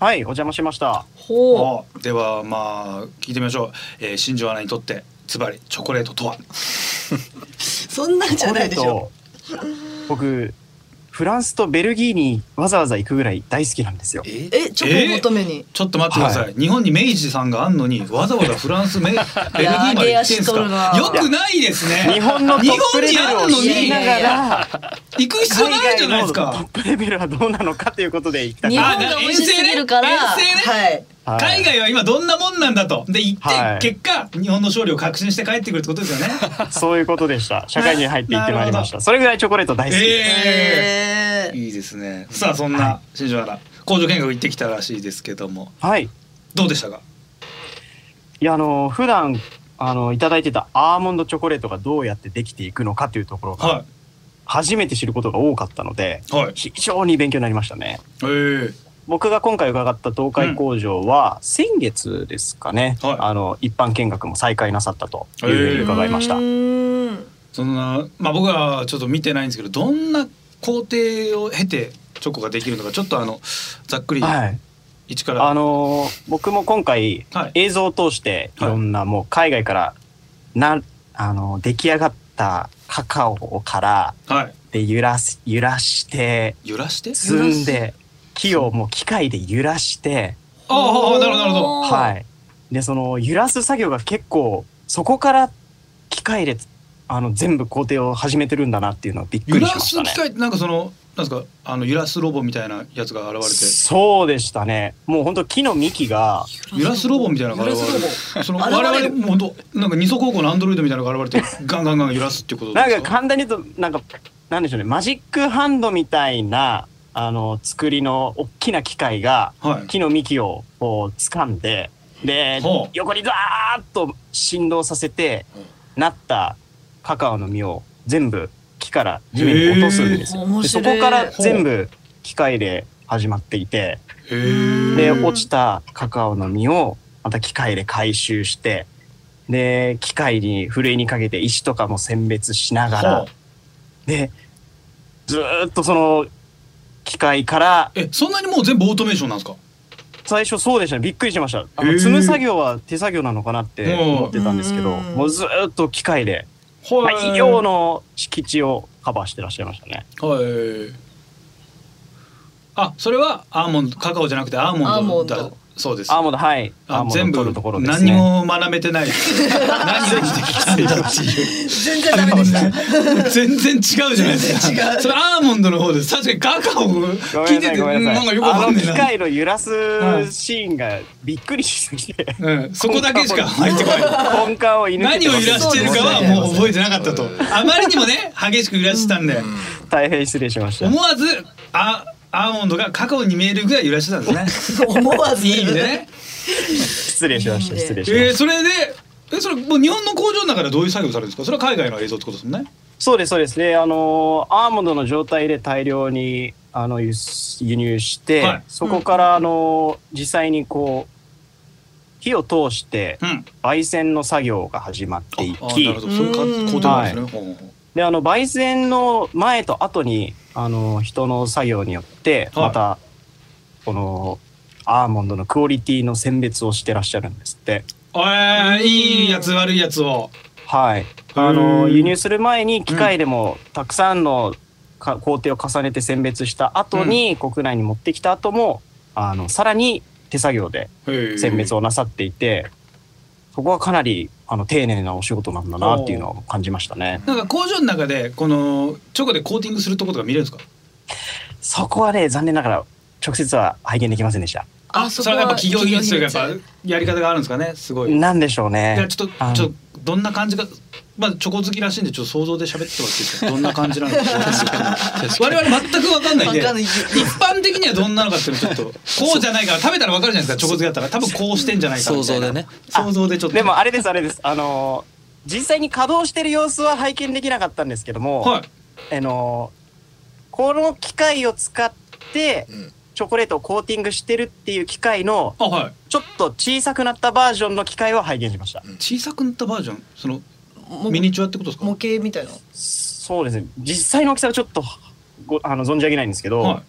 Speaker 5: はい、お邪魔しました。
Speaker 3: ほう
Speaker 2: おではまあ聞いてみましょう、えー、新庄アナにとってつまりチョコレートとは
Speaker 3: そんなんじゃないでしょ
Speaker 5: チョコレート僕、フランスとベルギーにわざわざ行くぐらい大好きなんですよ。
Speaker 4: え
Speaker 3: えチョコを求めに、
Speaker 2: ちょっと待ってください、日本に明治さんがあんのにわざわざフランスめベルギーまで行ってんす
Speaker 3: 揚げ足取るな
Speaker 2: かよくないですね
Speaker 5: 日本のトップレベ
Speaker 2: 日本に
Speaker 5: ル
Speaker 2: あ
Speaker 5: を
Speaker 2: んの
Speaker 5: 知り
Speaker 2: に
Speaker 5: なが
Speaker 3: いやいや
Speaker 5: ら、
Speaker 2: 行く必要
Speaker 5: 海
Speaker 2: ないじゃないで
Speaker 5: 外
Speaker 2: す
Speaker 5: のトッ
Speaker 2: か、
Speaker 5: プレベルはどうなのかということで行きたい
Speaker 3: 日
Speaker 5: な
Speaker 3: 本が美味しすぎるから、
Speaker 2: あ遠征ね
Speaker 3: はい
Speaker 5: はい
Speaker 2: 海外は今どんなもんなんだとで行って、
Speaker 5: はい
Speaker 2: 結果日本の勝利を確信して帰ってくるってことですよね
Speaker 5: そういうことでした。社会に入って行ってまいりました。それぐらいチョコレート大好きです。
Speaker 2: え
Speaker 3: え
Speaker 2: ー
Speaker 3: ー
Speaker 2: いいですねさあそんな新庄アナ工場見学行ってきたらしいですけども
Speaker 5: はい。
Speaker 2: どうでしたか
Speaker 5: いや、あの、普段、あの、いただいてたアーモンドチョコレートがどうやってできていくのかというところが、
Speaker 2: は
Speaker 5: 初めて知ることが多かったので、
Speaker 2: いはい
Speaker 5: 非常に勉強になりましたね。
Speaker 2: えー、
Speaker 5: 僕が今回伺った東海工場は、先月ですかね、
Speaker 2: はい
Speaker 5: あの、一般見学も再開なさったというふうに伺いました
Speaker 3: う。ーん
Speaker 2: そんなまあ僕はちょっと見てないんですけどどんな工程を経てチョコができるのかちょっとあのざっくり
Speaker 5: はい。
Speaker 2: 一から、
Speaker 5: あのー僕も今回、
Speaker 2: はい
Speaker 5: 映像を通してい
Speaker 2: はい
Speaker 5: ろんなもう海外からな、あのー出来上がったカカオから
Speaker 2: はい
Speaker 5: で揺らす揺らして
Speaker 2: 揺らして
Speaker 5: 積んで木をもう機械で揺らして、
Speaker 2: ああああなるほどなるほど
Speaker 3: おー
Speaker 5: はい、でその揺らす作業が結構そこから機械であの全部工程を始めてるんだなっていうのはびっく
Speaker 2: 揺
Speaker 5: り
Speaker 2: ら
Speaker 5: しまし
Speaker 2: す
Speaker 5: たね
Speaker 2: 機。械ってなんかそのなんですかあの揺らすロボみたいなやつが現
Speaker 5: そうでしたね。もう本当木の幹が
Speaker 2: れて揺らすロボみたいなのが現
Speaker 3: 揺らすロ
Speaker 2: れてその
Speaker 3: 現
Speaker 2: 我
Speaker 3: れる
Speaker 2: 々も本当なんか二足高校のアンドロイドみたいなのが現れてガンガンガン揺らすっていうこと
Speaker 5: なん
Speaker 2: で
Speaker 5: か
Speaker 2: すか
Speaker 5: 簡単に言うとなんかなんでしょうねマジックハンドみたいなあの作りの大きな機械が
Speaker 2: はい
Speaker 5: 木の幹をこう掴んでで
Speaker 2: ほう
Speaker 5: 横にザーッと振動させてなったカカオの実を全部木から地面に落とすんです
Speaker 3: へ
Speaker 5: よ。
Speaker 3: ー
Speaker 5: でそこから全部機械で始まっていて
Speaker 2: へ
Speaker 5: で
Speaker 2: え。
Speaker 5: 落ちたカカオの実をまた機械で回収してで機械にふるいにかけて石とかも選別しながら
Speaker 2: ほう
Speaker 5: でずーっとその機械から
Speaker 2: えそんなにもう全部オートメーションなんですか。
Speaker 5: 最初そうでしたねびっくりしましたあの
Speaker 2: へー
Speaker 5: 積む作業は手作業なのかなって思ってたんですけど
Speaker 3: うん
Speaker 5: もうずーっと機械で、まあ、
Speaker 2: へー
Speaker 5: 医療の敷地をカバーしてらっしゃいましたね
Speaker 2: はい。あ、それはアーモンドカカオじゃなくてアー
Speaker 3: アー
Speaker 2: モ
Speaker 3: モ
Speaker 2: ン
Speaker 3: ン
Speaker 2: ドだ
Speaker 3: ド
Speaker 2: そうです。
Speaker 5: アーモンドはいアー
Speaker 2: あ
Speaker 5: モン
Speaker 2: 全部
Speaker 5: ド取るところです
Speaker 2: 何に
Speaker 5: ね
Speaker 2: も学べて
Speaker 5: [LAUGHS]
Speaker 2: ないです。何をしてきたんだっていう。
Speaker 3: 全然ダメ
Speaker 2: [LAUGHS]
Speaker 3: でした。
Speaker 2: 全然違うじゃないです
Speaker 3: 全然違
Speaker 2: か。
Speaker 3: う
Speaker 2: それアーモンドの方です。確かにカカオ
Speaker 5: ごめ
Speaker 2: 聞い
Speaker 5: んな
Speaker 2: て
Speaker 5: さい
Speaker 2: て
Speaker 5: ごめんな
Speaker 2: な
Speaker 5: さ
Speaker 2: ん
Speaker 5: い
Speaker 2: かよくわ
Speaker 5: あ
Speaker 2: か
Speaker 5: の
Speaker 2: んね
Speaker 5: 機
Speaker 2: え
Speaker 5: 械の揺らす
Speaker 2: はい
Speaker 5: シーンがびっくりしすぎて
Speaker 2: な。うん、そこだけしか入ってこない。
Speaker 5: 根幹を射抜け
Speaker 2: 何
Speaker 5: て
Speaker 2: を
Speaker 5: ます
Speaker 2: 揺らしてるかはもう覚えてなかったと
Speaker 4: そうで。
Speaker 2: あまりにもね激しく揺らしてたんで、
Speaker 5: 大変失礼しました
Speaker 2: 思わずあアーモンドがカカオに見えるぐらい揺らしてたんですね。
Speaker 3: [LAUGHS] 思わず
Speaker 2: いい意味でね。
Speaker 5: 失礼しました失礼しま
Speaker 2: えー、
Speaker 5: した
Speaker 2: それでえそれもう日本の工場の中ではどういう作業されるんですかそれは海外の映像ってことですもんね
Speaker 5: そうですそうですであのアーモンドの状態で大量にあの輸出輸入して、
Speaker 2: はい
Speaker 5: そこからあの実際にこう火を通して
Speaker 2: うん
Speaker 5: 焙煎の作業が始まってい
Speaker 2: あーな
Speaker 5: き
Speaker 2: るほどそういうか
Speaker 3: うん
Speaker 2: 工程なんですね、ほうほうほう
Speaker 5: であの焙煎の前と後にあの人の作業によって
Speaker 2: はい
Speaker 5: また、このアーモンドのクオリティの選別をしてらっしゃるんですって
Speaker 2: あーいいやつ悪いやつを
Speaker 5: はいあの
Speaker 2: うん
Speaker 5: 輸入する前に機械でもたくさんのか工程を重ねて選別した後に、国内に持ってきた後もあのさらに手作業で選別
Speaker 2: を
Speaker 5: をなさっていて、そこはかなりあの丁寧なお仕事なんだなっていうのを感じましたね。
Speaker 2: なんか工場の中でこのチョコでコーティングするとことか見れるんですか
Speaker 5: そこはね残念ながら直接は拝見できませんでした。
Speaker 3: あそこは
Speaker 2: れはやっぱ企業技術というかや
Speaker 3: 企
Speaker 2: っ
Speaker 3: 業
Speaker 2: ぱやり方があるんですかねすごい、い
Speaker 5: なんでしょう
Speaker 2: や
Speaker 5: ね。
Speaker 2: ちょっ
Speaker 5: あ
Speaker 2: と
Speaker 5: の
Speaker 2: ちょっとどんな感じかまあチョコ好きらしいんでちょっと想像で喋ってもらっていいです [LAUGHS] かどんな感じなのか我々全く分かんないんで
Speaker 3: わかんない
Speaker 2: 一般的にはどんなのかっていうのちょっとこうじゃないから食べたらわかるじゃないですかチョコ好きだったら多分こうしてんじゃないかみたいな
Speaker 4: 想像でね
Speaker 2: 想像でちょっと
Speaker 5: でもあれですあれですあの実際に稼働してる様子は拝見できなかったんですけども、
Speaker 2: はい
Speaker 5: あのこの機械を使って
Speaker 4: うん
Speaker 5: チョコレートをコーティングしてるっていう機械の
Speaker 2: あはい
Speaker 5: ちょっと小さくなったバージョンの機械を拝見しました。
Speaker 2: 小さくなったバージョンその
Speaker 3: も
Speaker 2: ミニチュアってことですか
Speaker 3: 模型みたいな。
Speaker 5: そうですね実際の大きさはちょっとごあの存じ上げないんですけど、
Speaker 2: は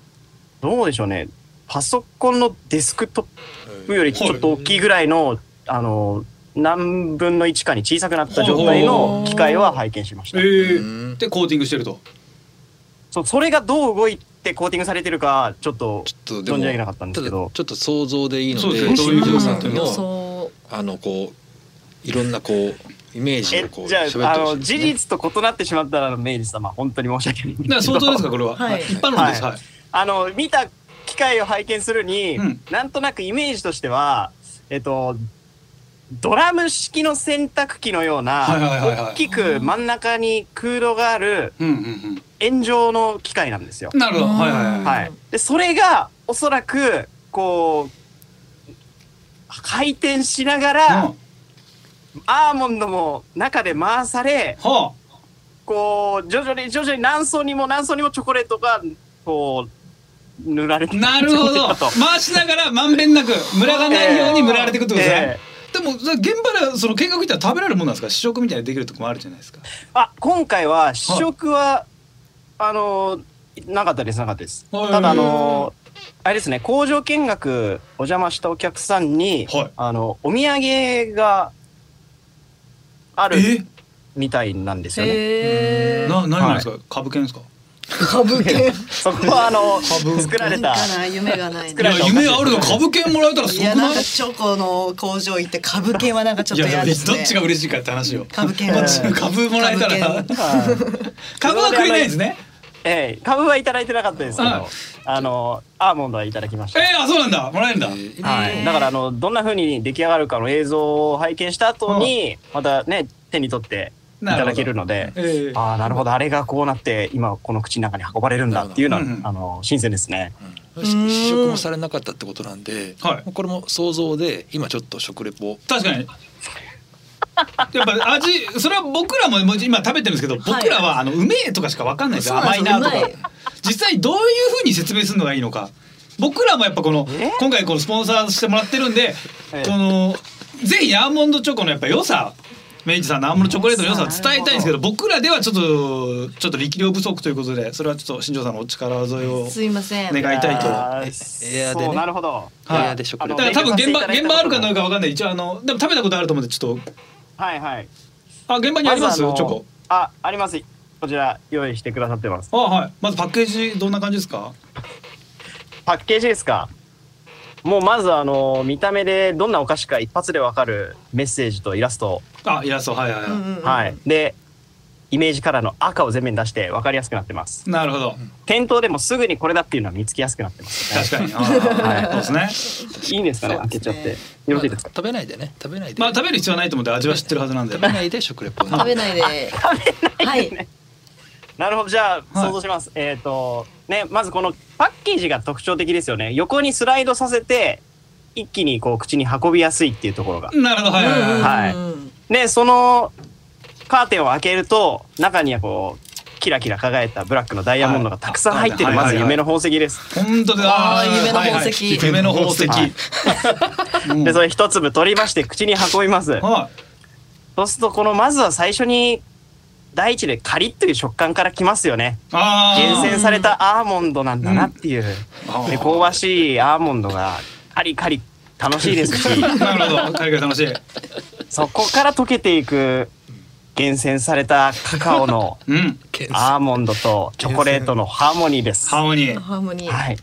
Speaker 5: どうでしょうねパソコンのデスクトップよりちょっと大きいぐらいの、あの何分の1かに小さくなった状態の機械は拝見しまし
Speaker 2: いえ
Speaker 5: た。
Speaker 2: ー、でコーティングしてると
Speaker 5: そうそれがどう動いてコーティングされてるかちょっと
Speaker 4: ちょっとで
Speaker 5: 存
Speaker 4: も
Speaker 5: じ上げなかったんで
Speaker 4: ち
Speaker 5: すけ
Speaker 4: ょ
Speaker 5: ど
Speaker 4: っと想像でいいの
Speaker 2: そう
Speaker 4: で
Speaker 2: ですねどういう
Speaker 4: 清
Speaker 2: 広
Speaker 4: 水
Speaker 2: さ
Speaker 4: さ
Speaker 2: って
Speaker 4: ん
Speaker 2: いうの
Speaker 3: 予
Speaker 2: は
Speaker 4: の
Speaker 3: 想。
Speaker 4: あのこういろんなこうイメージをこう
Speaker 5: えじゃ
Speaker 4: 喋って
Speaker 5: ああ
Speaker 4: ほしい
Speaker 5: の
Speaker 4: です
Speaker 5: 事
Speaker 4: ね
Speaker 5: 実と異なってしまったら明治様本当に申し訳ないん
Speaker 2: だから
Speaker 5: けど
Speaker 2: 想像ですかこれは、
Speaker 3: はい
Speaker 2: 一般論ですはい、
Speaker 5: あの見た機会を拝見するに、
Speaker 2: うん
Speaker 5: なんとなくイメージとしてはえっとドラム式の洗濯機のような、
Speaker 2: はいはいはいはい
Speaker 5: 大きく真ん中に空洞がある
Speaker 2: うんうん
Speaker 5: 円状の機械なんですよ
Speaker 2: う。んなるほどはいはいはい
Speaker 5: はい、でそれがおそらくこう回転しながら、
Speaker 2: うん
Speaker 5: アーモンドも中で回され
Speaker 2: は
Speaker 5: こう徐々に徐々に何層にも何層にもチョコレートがこう塗られ
Speaker 2: あ
Speaker 5: て
Speaker 2: なるほど回しながらまんべんなくムラがないようにムラれていくってことですね、でもそれ現場でその見学行ったら食べられるもんなんですか試食みたいにできるとこもあるじゃないですか
Speaker 5: あ今回は試食は、あのなかったですなかったです。
Speaker 2: はい
Speaker 5: ただあのあれですね工場見学お邪魔したお客さんに、
Speaker 2: はい
Speaker 5: あのお土産がある
Speaker 2: え
Speaker 5: みたいなんですよね。
Speaker 3: へえ。
Speaker 2: な何なんですか、株券ですか
Speaker 3: 株券。
Speaker 5: そこはあの
Speaker 2: 株
Speaker 5: 作られ
Speaker 3: な
Speaker 5: た
Speaker 3: んかな夢がない
Speaker 5: 作
Speaker 2: い
Speaker 5: ら
Speaker 2: や
Speaker 5: れ
Speaker 3: な。
Speaker 5: た
Speaker 2: 夢あるの株券もらえたらす
Speaker 3: い
Speaker 2: ごく
Speaker 3: や
Speaker 2: な
Speaker 3: ないんかチョコの工場行って株券はなんかちょっ
Speaker 2: い
Speaker 3: と
Speaker 2: や
Speaker 3: 嫌
Speaker 2: ど
Speaker 3: で
Speaker 2: っ
Speaker 3: すね。
Speaker 2: ちが嬉しいかって話よ
Speaker 3: 株券
Speaker 2: こっちの株もらえたら
Speaker 3: 株
Speaker 5: はい
Speaker 2: 株は食えないですね
Speaker 5: ええ株はいただいてなかったですけど、
Speaker 2: はい
Speaker 5: あのアーモンドはいただきまし
Speaker 2: え
Speaker 5: た。
Speaker 2: ー、あそうなんだもらえるんだ、
Speaker 4: えー
Speaker 5: はい、だからあのどんな風に出来上がるかの映像を拝見した後にまたね手に取っていただけるので
Speaker 2: えー
Speaker 5: ああなるほどあれがこうなって今この口の中に運ばれるんだっていうのは、
Speaker 2: うんうん
Speaker 5: あの新鮮ですね。
Speaker 4: うん
Speaker 3: ん
Speaker 4: 試食もされなかったってことなんで、
Speaker 2: はい
Speaker 4: これも想像で今ちょっと食レポ
Speaker 2: 確かに。やっぱ味それは僕らももう今食べてるんですけど
Speaker 3: はい
Speaker 2: 僕らはあのうめえとかしか分かんないですよ、
Speaker 3: そうなん
Speaker 2: 甘
Speaker 3: で
Speaker 2: い
Speaker 3: す
Speaker 2: な
Speaker 3: よ
Speaker 2: とか
Speaker 3: うまい
Speaker 2: 実際どういうふうに説明するのがいいのか僕らもやっぱこの
Speaker 5: え
Speaker 2: 今回このスポンサーしてもらってるんで
Speaker 5: ええ
Speaker 2: このぜひアーモンドチョコのやっぱ良さ明治さんのアーモンドチョコレートの良さを伝えたいんですけど僕らではちょっとちょっと力量不足ということでそれはちょっと新庄さんのお力添えを
Speaker 3: すいません。
Speaker 2: 願いたいと
Speaker 5: あー
Speaker 4: エアでね
Speaker 5: そうなるほど。
Speaker 2: はい
Speaker 4: エアで食
Speaker 2: だ
Speaker 4: レポ
Speaker 2: から多分現場
Speaker 5: 勉強させていただいた
Speaker 2: 現場あるかどうか分かんない一応あのでも食べたことあると思うんでちょっと
Speaker 5: はいはい。
Speaker 2: あ現場にあります
Speaker 5: ずあの
Speaker 2: チョコ。
Speaker 5: あ、あります。こちら用意してくださってます。
Speaker 2: あはいまずパッケージどんな感じですか
Speaker 5: パッケージですか。もうまずあの見た目でどんなお菓子か一発でわかるメッセージとイラスト、
Speaker 2: あイラストはいはいはい、
Speaker 3: うんうんうん
Speaker 5: はい。でイメージカラーの赤を全面に出してわかりやすくなってます。
Speaker 2: なるほど
Speaker 5: 店頭でもすぐにこれだっていうのは見つけやすくなってます、
Speaker 2: 確 [LAUGHS] かにあー
Speaker 5: はい
Speaker 2: そうですね
Speaker 5: いいんですかね
Speaker 3: そう
Speaker 5: 開
Speaker 3: で
Speaker 5: け
Speaker 3: す
Speaker 5: ち
Speaker 3: ね
Speaker 5: ゃって。よろしいですか
Speaker 4: まあ食べないでね食べないで、
Speaker 2: まあ食べる必要はないと思って味は知ってるはずなんで
Speaker 4: 食べないで食レポね
Speaker 3: 食べないで。はい。
Speaker 5: なるほどじゃあ
Speaker 2: はい
Speaker 5: 想像します、えっ、とねまずこのパッケージが特徴的ですよね横にスライドさせて一気にこう口に運びやすいっていうところが
Speaker 2: なるほどはいはいはい、
Speaker 5: はいでそのカーテンを開けると中にはこうキラキラ輝いたブラックのダイヤモンドがたくさん入ってる、
Speaker 2: はい
Speaker 5: まず夢の宝石です、
Speaker 2: 本当で
Speaker 3: あー
Speaker 2: ー
Speaker 3: 夢の宝石
Speaker 2: はいはい夢の宝石、
Speaker 5: は
Speaker 2: はい
Speaker 5: いでそれ一粒取りまして口に運びます
Speaker 2: は
Speaker 5: そうするとこのまずは最初に第一でカリッという食感からきますよね
Speaker 2: いあー
Speaker 5: 厳選されたアーモンドなんだなっていう、
Speaker 2: あー
Speaker 5: で香ばしいアーモンドがカリカリ楽しいで
Speaker 2: [LAUGHS]
Speaker 5: すし
Speaker 2: なるほど海外楽しい
Speaker 5: そこから溶けていく厳選されたカカ
Speaker 2: [LAUGHS]
Speaker 5: オの
Speaker 2: うん
Speaker 5: アーモンドとチョコレートのハーモニーです。
Speaker 2: ハーモニー
Speaker 3: ハーモニー。
Speaker 5: はい。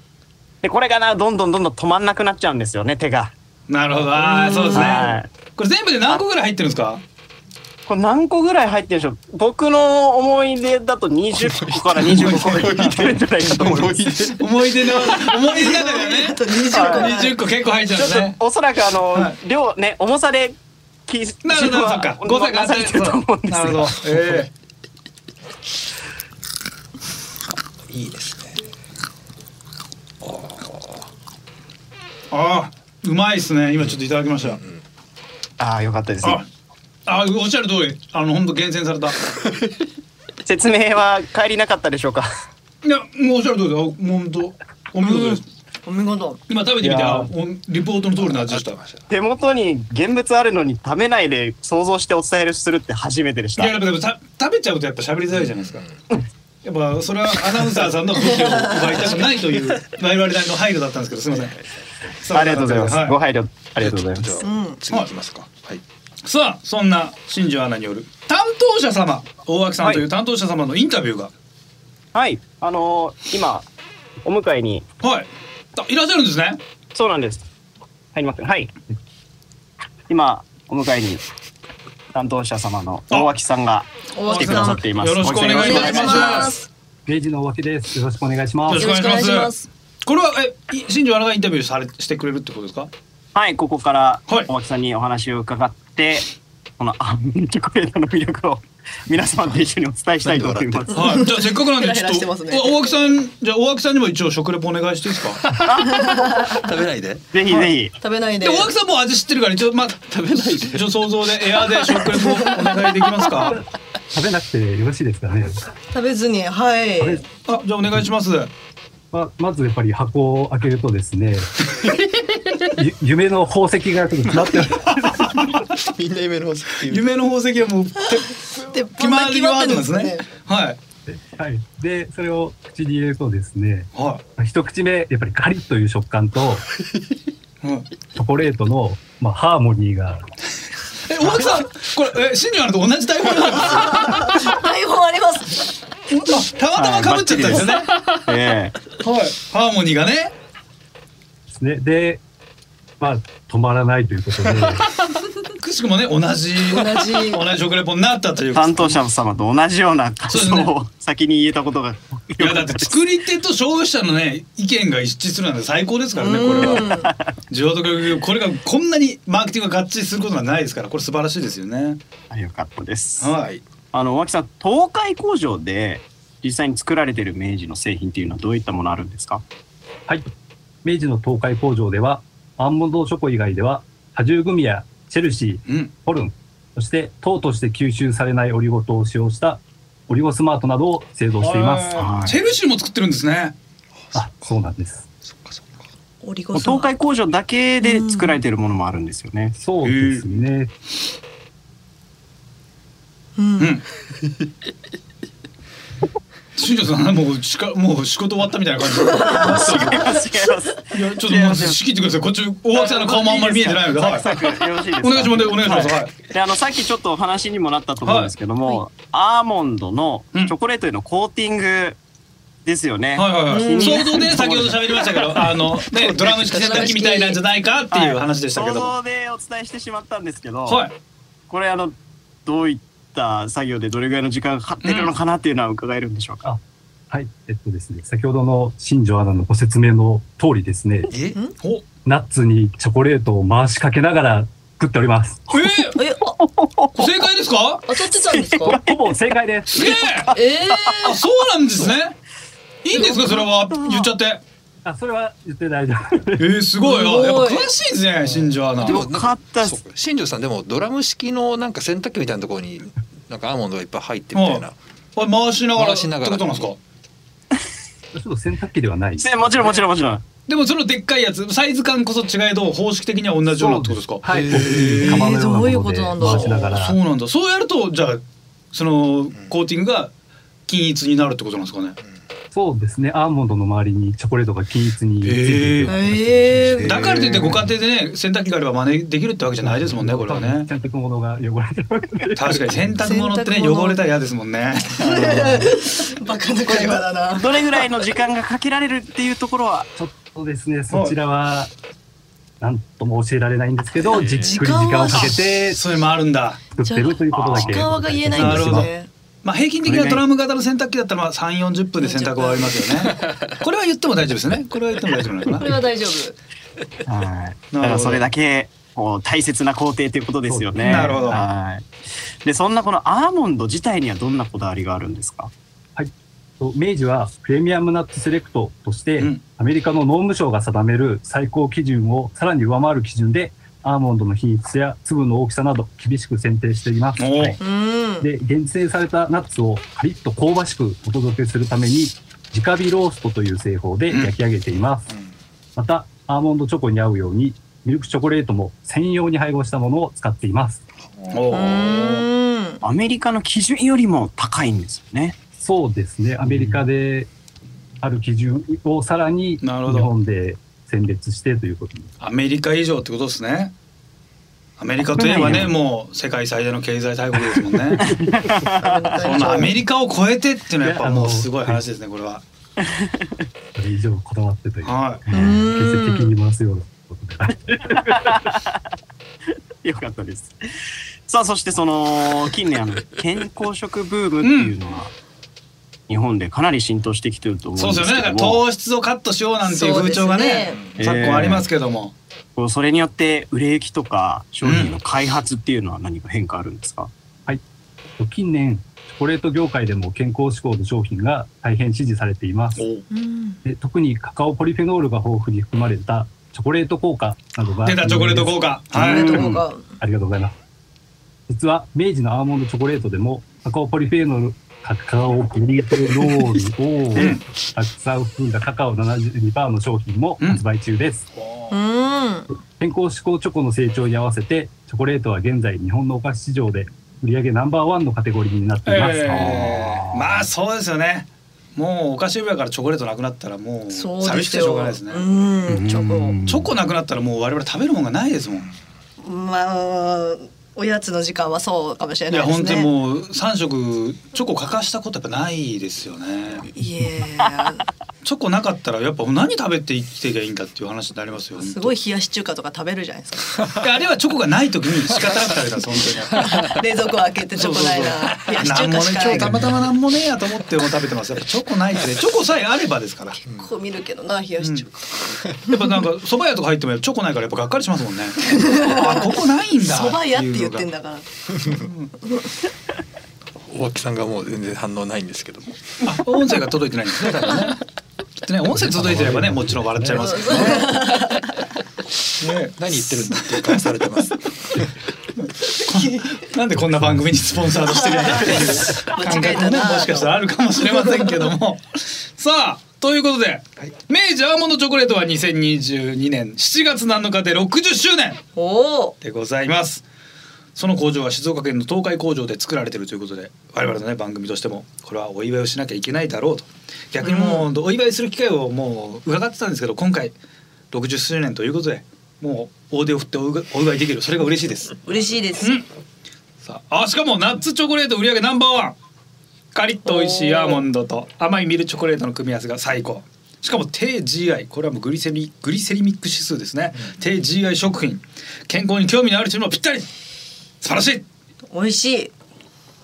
Speaker 5: で、これがな、どんどんどんどん止まんなくなっちゃうんですよね、手が。
Speaker 2: なるほどあーそうです
Speaker 5: は
Speaker 2: ねこれ全部で何個ぐらい入ってるんですか
Speaker 5: これ何個ぐらい入ってるでしょう僕の思い出だと20個から25個ぐらい入ってるんじゃないかと思います。ち
Speaker 2: 思い出の思い出の中でね
Speaker 3: あと20個
Speaker 2: 二十個結構入っちゃうんです
Speaker 5: ょっ
Speaker 2: ね
Speaker 5: と、おそらくあの、
Speaker 2: は
Speaker 5: 量ね、重さで、き、
Speaker 2: なるほどそっか誤差があった
Speaker 5: なさ
Speaker 2: り
Speaker 5: れてると思うんです
Speaker 2: なるほ
Speaker 5: よ
Speaker 2: ど。え
Speaker 4: いいですね
Speaker 2: えあーうまいですね今ちょっといただきました
Speaker 5: ああ、よかったです、
Speaker 2: あ
Speaker 5: ね。
Speaker 2: あおっしゃる通りあの本当厳選されたい
Speaker 5: 説明は帰りなかったでしょうか。
Speaker 2: やもうおっしゃる通りだお本当お見事です、
Speaker 3: お見事。
Speaker 2: 今食べてみ
Speaker 5: い
Speaker 2: て
Speaker 5: や
Speaker 2: あおリポートの通りの味でしたい
Speaker 5: 手元に現物あるのに食べないで想像してお伝えするって初めてでした
Speaker 2: や。やっぱでもた食べちゃうとやっぱ喋りづらいじゃないですか、やっぱそれはアナウンサーさんの武器を奪いたくないと
Speaker 5: [LAUGHS]
Speaker 2: いう我々なりの配慮だったんですけどすみませんさ
Speaker 5: ありがとうございます。
Speaker 2: は
Speaker 5: ご配慮ありがとうございま
Speaker 4: じゃ
Speaker 5: す。
Speaker 4: あ
Speaker 3: うん
Speaker 4: 次行きますかはい
Speaker 2: さあそんな新庄アナによる担当者様大脇さんという担当者様のインタビューが
Speaker 5: はい、あのー今お迎えに
Speaker 2: はい、あいらっしゃるんですね
Speaker 5: そうなんです。入ります。はい。今お迎えに担当者様の大脇さんが
Speaker 3: お
Speaker 5: 来てくださっています。
Speaker 2: よろしくお願い
Speaker 5: 大
Speaker 3: お
Speaker 5: 脇さ
Speaker 3: 願い
Speaker 5: んよろ
Speaker 3: し
Speaker 5: くお願
Speaker 3: ます。
Speaker 6: 明治のおわけです。よろしくお願いしま
Speaker 2: よろし。
Speaker 6: す
Speaker 3: よ
Speaker 2: く
Speaker 3: ろ
Speaker 2: お
Speaker 3: しくお
Speaker 2: 願い
Speaker 3: 願い
Speaker 2: し
Speaker 3: し
Speaker 2: ま
Speaker 3: ますす。
Speaker 2: これはえい新庄アナがインタビューされしてくれるってことですか
Speaker 5: はい、ここから
Speaker 2: はい
Speaker 5: 大脇さんにお話を伺って、このアンチョコレートの魅力を皆様と一緒にお伝えしたいと思います。
Speaker 2: はい、じゃあせっかくなんでちょっ
Speaker 3: ヘラヘラしてま
Speaker 2: と、
Speaker 3: すね
Speaker 2: お大脇さんじゃあ大脇さんにも一応食レポお願いしていいですか
Speaker 4: 食べないで
Speaker 5: ぜひぜひ。
Speaker 3: 食べない
Speaker 2: で
Speaker 3: で。
Speaker 2: 大脇さんもう味知ってるから一応まあ食べないで一応想像でエアーで食レポお願いできますか
Speaker 6: 食べなくてよろしいですかね。
Speaker 3: 食べずに、はい。
Speaker 6: 食べ
Speaker 2: あじゃあお願いします
Speaker 6: ままずやっぱり箱を開けるとですね、ゆ [LAUGHS] 夢の宝石がちょっと詰まってます。
Speaker 4: みんな夢の宝石
Speaker 2: 夢の宝石はもうて
Speaker 3: で、
Speaker 2: 決まりワードなんです
Speaker 3: こんな決まって
Speaker 2: ね
Speaker 3: るん
Speaker 2: はい
Speaker 6: はい。で、それを口に入れるとですね、
Speaker 2: は
Speaker 6: 一口目、やっぱりガリッという食感と、
Speaker 2: い、はい、
Speaker 6: チョコレートの、まあ、ハーモニーが、
Speaker 2: え大脇さんこれえ新庄アナと同じ台本なん
Speaker 3: 台本あります。
Speaker 2: ですよたまたまかぶっちゃったんですよねはい
Speaker 5: ええ
Speaker 2: ハーモニーがね
Speaker 6: ですね。で、まあ、止まらないということ [LAUGHS] で、
Speaker 2: くしくもね同じ
Speaker 3: 同じ
Speaker 2: 同じ食レポにな [LAUGHS] ったという
Speaker 5: 担当者様と同じような感想を先に言えたことが。
Speaker 2: いやだって作り手と消費者のね意見が一致するなんて最高ですからねこれは需要と供給これがこんなにマーケティングが合致することがないですからこれ素晴らしいですよね
Speaker 5: あよかったです。
Speaker 2: はい
Speaker 5: あの、大木さん、東海工場で実際に作られている明治の製品っていうのはどういったものあるんですか
Speaker 6: はい。明治の東海工場では、アンモンドチョコ以外では、果汁グミやチェルシー、
Speaker 2: うん
Speaker 6: ホルン、そして糖として吸収されないオリゴ糖を使用したオリゴスマートなどを製造しています。
Speaker 2: あー
Speaker 6: はい
Speaker 2: チェルシーも作ってるんですね。
Speaker 6: あ、そうなんです。
Speaker 4: そっかそっか。
Speaker 3: オリゴ
Speaker 5: もう
Speaker 3: スマ
Speaker 5: 東海工場だけで作られてるものもあるんですよね。
Speaker 6: そうですね。
Speaker 3: うん
Speaker 2: うん。新庄さんもうしかもう仕事終わったみたいな感じ。
Speaker 5: [LAUGHS] 違います違います。
Speaker 2: いやちょっとまず仕切ってください。こっち大脇さんの顔もあんまり見えてないので、はい。
Speaker 5: サクサクよろしいですか
Speaker 2: お願いしますお願いします。はい。
Speaker 5: であのさっきちょっとお話にもなったと思うんですけども、アーモンドのチョコレートへのコーティングですよね。
Speaker 2: はいはいは
Speaker 5: うん
Speaker 2: い。想像で先ほど喋りましたけど、あのねドラム式洗濯機みたいなんじゃないかっていう話でしたけ
Speaker 5: 想
Speaker 2: ども。
Speaker 5: 像でお伝えしてしまったんですけど、
Speaker 2: はい。
Speaker 5: これあのどういった作業でどれぐらいの時間がかかってるのかなっていうのは伺えるんでしょうか。
Speaker 6: はい。えっとですね、先ほどの新庄アナのご説明の通りですね、
Speaker 4: え
Speaker 2: お
Speaker 6: ナッツにチョコレートを回しかけながら作っております。
Speaker 2: えー
Speaker 3: えあ
Speaker 2: 正解ですか？
Speaker 3: 当たってたんですか
Speaker 6: ほぼ正解です。
Speaker 2: すげえ。あ
Speaker 3: ええ
Speaker 2: そうなんですね。いいんですかそれは言っちゃって。
Speaker 6: あ、それは言って大丈夫。 [LAUGHS]
Speaker 2: えー、すごい。あやっぱ詳しいですね新庄アナ。
Speaker 5: よかったっす
Speaker 4: そう新庄さんでもドラム式のなんか洗濯機みたいなところになんかアーモンドがいっぱい入ってみたいな。
Speaker 2: これ回しながら
Speaker 4: 回しながら
Speaker 2: ってことなんですか
Speaker 6: ちょっと洗濯機ではない。
Speaker 5: ねもちろんもちろんもちろん。
Speaker 2: でもそのでっかいやつサイズ感こそ違えど方式的には同じようなってことですか
Speaker 6: はい。
Speaker 2: へー
Speaker 6: 釜のようなも
Speaker 3: ど
Speaker 6: ので
Speaker 3: ういうことなんだろう
Speaker 6: 回しながら。
Speaker 2: そうなんだそうやるとじゃあそのコーティングが均一になるってことなんですかね
Speaker 6: そうですね。アーモンドの周りにチョコレートが均一についているような形に
Speaker 3: ええ
Speaker 4: へー
Speaker 2: だからといってご家庭でね洗濯機があれば真似できるってわけじゃないですもんねこれはね
Speaker 6: 洗濯物が汚れてるわけで。
Speaker 2: 確かに洗濯物って
Speaker 3: 洗濯
Speaker 2: ね
Speaker 3: 物
Speaker 2: 汚れたら嫌ですもんね
Speaker 3: バカな会話だな。
Speaker 5: どれぐらいの時間がかけられるっていうところは
Speaker 6: ちょっとですね、そちらは、なんとも教えられないんですけど、じっく
Speaker 3: 時
Speaker 6: り時
Speaker 3: 間は
Speaker 6: 間をかけて
Speaker 2: それもあるんだ
Speaker 6: 作ってるということだけ。
Speaker 3: 時間はが言えないんです
Speaker 2: なる
Speaker 3: よね。
Speaker 2: まあ平均的なドラム型の洗濯機だったらまあ3、40分で洗濯終わりますよね。 [LAUGHS] これは言っても大丈夫ですね。これは言っても大丈夫なのか
Speaker 3: こ
Speaker 2: な
Speaker 3: れ。
Speaker 2: [LAUGHS]
Speaker 3: は大丈夫。
Speaker 5: はい。
Speaker 2: な
Speaker 5: だ
Speaker 2: る
Speaker 5: か
Speaker 2: ほど
Speaker 5: らそれだけこう大切な工程ということですよね。
Speaker 2: なるほど
Speaker 5: はい。でそんなこのアーモンド自体にはどんなこだわりがあるんですか。
Speaker 6: 明治はプレミアムナッツセレクトとして、
Speaker 2: うん
Speaker 6: アメリカの農務省が定める最高基準をさらに上回る基準で、アーモンドの品質や粒の大きさなど厳しく選定しています。
Speaker 2: おー
Speaker 6: はい
Speaker 3: うん。
Speaker 6: で、厳選されたナッツをカリッと香ばしくお届けするために、直火ローストという製法で焼き上げています。また、アーモンドチョコに合うように、ミルクチョコレートも専用に配合したものを使っています。
Speaker 2: お
Speaker 3: う
Speaker 2: ー
Speaker 3: ん。
Speaker 5: アメリカの基準よりも高いんですよね。
Speaker 6: そうですね、アメリカである基準をさらに日
Speaker 2: なるほど
Speaker 6: 本で選別してということに
Speaker 2: アメリカ以上ってことですね。アメリカといえばね、
Speaker 5: 国内
Speaker 2: もう世界最大の経 [LAUGHS] 済大国ですもんね。そのアメリカを超えてっていうのはやっぱもうすごい話ですね、これは。
Speaker 6: それ以上こだわってという、
Speaker 2: は
Speaker 5: う
Speaker 6: 決定的に回すようなことで。はい
Speaker 5: よかったです。さあ、そしてその、近年、あの、健康食ブームっていうのは、日本でかなり浸透してきてると
Speaker 2: い。
Speaker 5: 思
Speaker 2: そううんで
Speaker 5: です
Speaker 2: すよね、
Speaker 5: け
Speaker 2: だか
Speaker 5: ど
Speaker 2: ら
Speaker 5: も、
Speaker 2: 糖質をカットしようなんていう風潮がね、
Speaker 5: えー
Speaker 2: 昨今ありますけども。
Speaker 5: こうそれによって売れ行きとか商品の開発っていうのは何か変化あるんですか、
Speaker 6: 近年、チョコレート業界でも健康志向の商品が大変支持されています。
Speaker 3: うん。
Speaker 6: で特にカカオポリフェノールが豊富に含まれたチョコレート効果などが
Speaker 2: 出たチョコレート効果。
Speaker 3: こ
Speaker 2: は
Speaker 3: うい
Speaker 2: い。
Speaker 3: う
Speaker 2: う
Speaker 3: と
Speaker 2: ん
Speaker 3: こが。
Speaker 6: ありがとうございます実は明治のアーモンドチョコレートでもカカオポリフェノールカカオポリフェノールをたくさん含んだカカオ72%の商品も発売中です、
Speaker 3: うん。
Speaker 6: 健康志向チョコの成長に合わせてチョコレートは現在日本のお菓子市場で売り上げナンバーワンのカテゴリーになっています、
Speaker 2: えーまあそうですよね。もうお菓子売り場からチョコレートなくなったらもう
Speaker 3: そうで
Speaker 2: 寂しくて
Speaker 3: す
Speaker 2: しょ
Speaker 3: よ。
Speaker 2: うがないですね。
Speaker 3: うん。チョ
Speaker 2: チョコなくなったらもう我々食べるもんがないですもん。
Speaker 3: コ。まあ、おやつの時間はそうかもしれ
Speaker 2: い
Speaker 3: な
Speaker 2: や
Speaker 3: いです
Speaker 2: 本当に
Speaker 3: ね。
Speaker 2: もう3食チョコ欠かしたことやっぱないですよね
Speaker 3: いや、
Speaker 2: チョコなかったらやっぱ何食べて生きていけばいいんだっていう話になりますよ
Speaker 3: すご
Speaker 2: い
Speaker 3: い冷やし中華とか食べるじゃな
Speaker 2: [LAUGHS]
Speaker 3: いです
Speaker 2: あれはチョコがない時に仕方なく食べたんです本当
Speaker 3: [LAUGHS]
Speaker 2: に
Speaker 3: か。冷蔵庫開けてチョコないな。冷やし
Speaker 2: なん
Speaker 3: 中
Speaker 2: も
Speaker 3: 華
Speaker 2: ね
Speaker 3: しか
Speaker 2: 今
Speaker 3: な
Speaker 2: 日
Speaker 3: いか
Speaker 2: た
Speaker 3: ら。
Speaker 2: またまなんもねえやと思っても食べてますやっぱチョコないってねチョコさえあればですからや
Speaker 3: 結構見るけどな、冷やし中華。
Speaker 2: っぱなんか蕎麦屋とか入ってもチョコないからやっぱがっかりしますもんねあここないんだ
Speaker 3: そば屋って言ってん
Speaker 2: だ
Speaker 3: だから。
Speaker 4: 大木さんがもう全然反応ないんですけども。
Speaker 2: 音声が届いてないんですね多分ねきっとね音声届いてればねもちろん笑っちゃいますけどね
Speaker 4: 何言ってるんだっていう顔されてます。
Speaker 2: なんでこんな番組にスポンサードしてるんだっていう感覚もねもしかしたらあるかもしれませんけど
Speaker 3: [LAUGHS]
Speaker 2: もさあということで、明治アーモンドチョコレートは2022年7月7日で60周年
Speaker 3: おお。
Speaker 2: でございますその工場は静岡県の東海工場で作られてるということで我々のね番組としてもこれはお祝いをしなきゃいけないだろうと逆にもうお祝いする機会をもう伺ってたんですけど今回60周年ということでもう大手を振ってお祝いお祝いできるそれが嬉しいです
Speaker 3: 嬉しいです。
Speaker 2: さああしかもナッツチョコレート売り上げナンバーワンカリッと美味しいアーモンドと甘いミルチョコレートの組み合わせが最高しかも低 GI これはもうグリセミグリセリミック指数ですね、低 GI 食品健康に興味のある人にもぴったり素晴らしい
Speaker 3: 美味しい。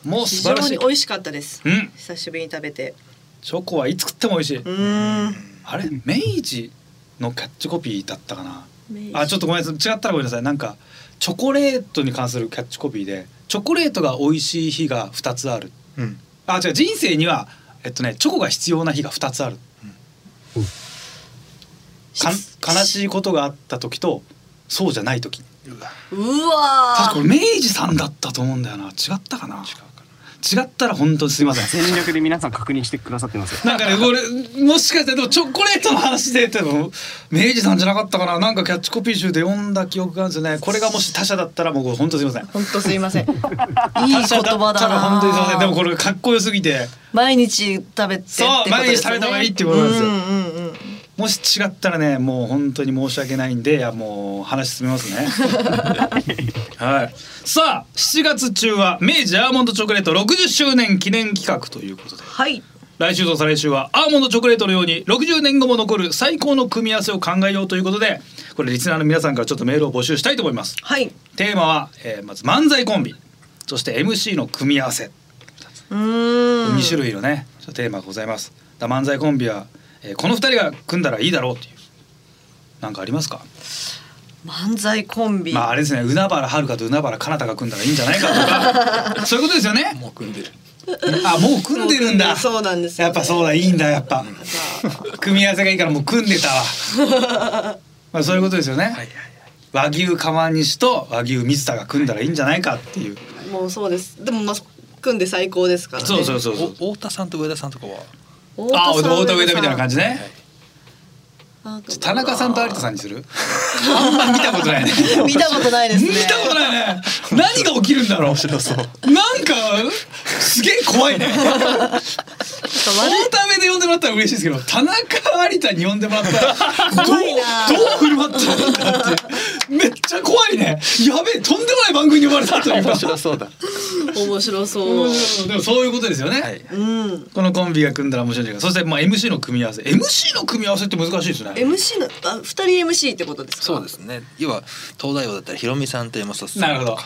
Speaker 2: もう
Speaker 3: 非
Speaker 2: 素
Speaker 3: 常
Speaker 2: 晴らしい
Speaker 3: に美味しかったです。
Speaker 2: うん
Speaker 3: 久しぶりに食べて。
Speaker 2: チョコはいつ食っても美味しい、
Speaker 3: うーん。
Speaker 2: あれ明治のキャッチコピーだったかな
Speaker 3: 明治
Speaker 2: あちょっとごめんなさい違ったらごめんなさいなんかチョコレートに関するキャッチコピーでチョコレートが美味しい日が2つある
Speaker 4: うん。
Speaker 2: あ違う人生にはえっとねチョコが必要な日が二つある。かん悲しいことがあった時とそうじゃない時。
Speaker 3: うわ
Speaker 2: 確かこ
Speaker 3: ー。
Speaker 2: れ明治さんだったと思うんだよな。違ったかな。違ったら本当にすみません。
Speaker 5: 全力で皆さん確認してくださってますよ。
Speaker 2: なんかねこれもしかしてでもチョコレートの話ででも明治さんじゃなかったかな。なんかキャッチコピー集で読んだ記憶があるんですよね。これがもし他社だったらもう本当すみません。
Speaker 3: 本当すいません。い
Speaker 2: [LAUGHS]
Speaker 3: い言葉だ
Speaker 2: 他社ったら
Speaker 3: な。
Speaker 2: 本当にすみません。でもこれかっこよすぎて。
Speaker 3: 毎日食べてってことですよ
Speaker 2: そう
Speaker 3: ね。
Speaker 2: 毎日食べた方がいいっていうことなんですよ
Speaker 3: うんうんうん。
Speaker 2: もし違ったらねもう本当に申し訳ないんでいやもう話進めますねはいさあ7月中は明治アーモンドチョコレート60周年記念企画ということで
Speaker 3: はい。
Speaker 2: 来週と再来週はアーモンドチョコレートのように60年後も残る最高の組み合わせを考えようということでこれリスナーの皆さんからちょっとメールを募集したいと思います
Speaker 3: はい。
Speaker 2: テーマは、えーまず漫才コンビそして MC の組み合わせ
Speaker 3: うーん。
Speaker 2: 2種類のねちょっとテーマがございますだから漫才コンビは、えーこの2人が組んだらいいだろうっていうなんかありますか
Speaker 3: 漫才コンビ。
Speaker 2: まああれですね海原はるかと海原かなたが組んだらいいんじゃないかと
Speaker 3: [LAUGHS]
Speaker 2: かそういうことですよね
Speaker 4: もう組んでる。
Speaker 2: あもう組んでるんだ
Speaker 3: そうなんですよ、
Speaker 2: や
Speaker 3: ね。
Speaker 2: っぱそうだいいんだやっぱ組み合わせがいいからもう組んでたわ
Speaker 3: [LAUGHS]
Speaker 2: まあそういうことですよね、和牛釜西と和牛水田が組んだらいいんじゃないかっていう、
Speaker 7: もうそうです。でもまあ組んで最高ですからね。
Speaker 2: そうそうそうそう
Speaker 4: お太田さんと上田さんとかは。
Speaker 7: 太
Speaker 2: あ
Speaker 7: 田さん。
Speaker 2: 太田上田みたいな感
Speaker 7: じ。
Speaker 2: じね、田中さんと有田さんにするあんま見たことないね
Speaker 3: 見たことないですね。
Speaker 2: 見たことないね何が起きるんだろう面白そうなんかすげえ怖いね大ためで呼んでもらったら嬉しいですけど田中有田に呼んでもらったらどうどう振る舞ったらいいんだってめっちゃ怖いねやべえとんでもない番組に呼ばれたというか
Speaker 4: 面白そうだ。
Speaker 7: 面白そう。
Speaker 2: でもそういうことですよね、
Speaker 4: はい。
Speaker 7: うん。
Speaker 2: このコンビが組んだら面白いんじゃないかそしてまあ MC の組み合わせ MC の組み合わせって難しいですね
Speaker 7: MC のあ二人 MC ってことですか。
Speaker 4: そうですね。要は東大王だったらひろみさんと山里さん。
Speaker 2: なるほど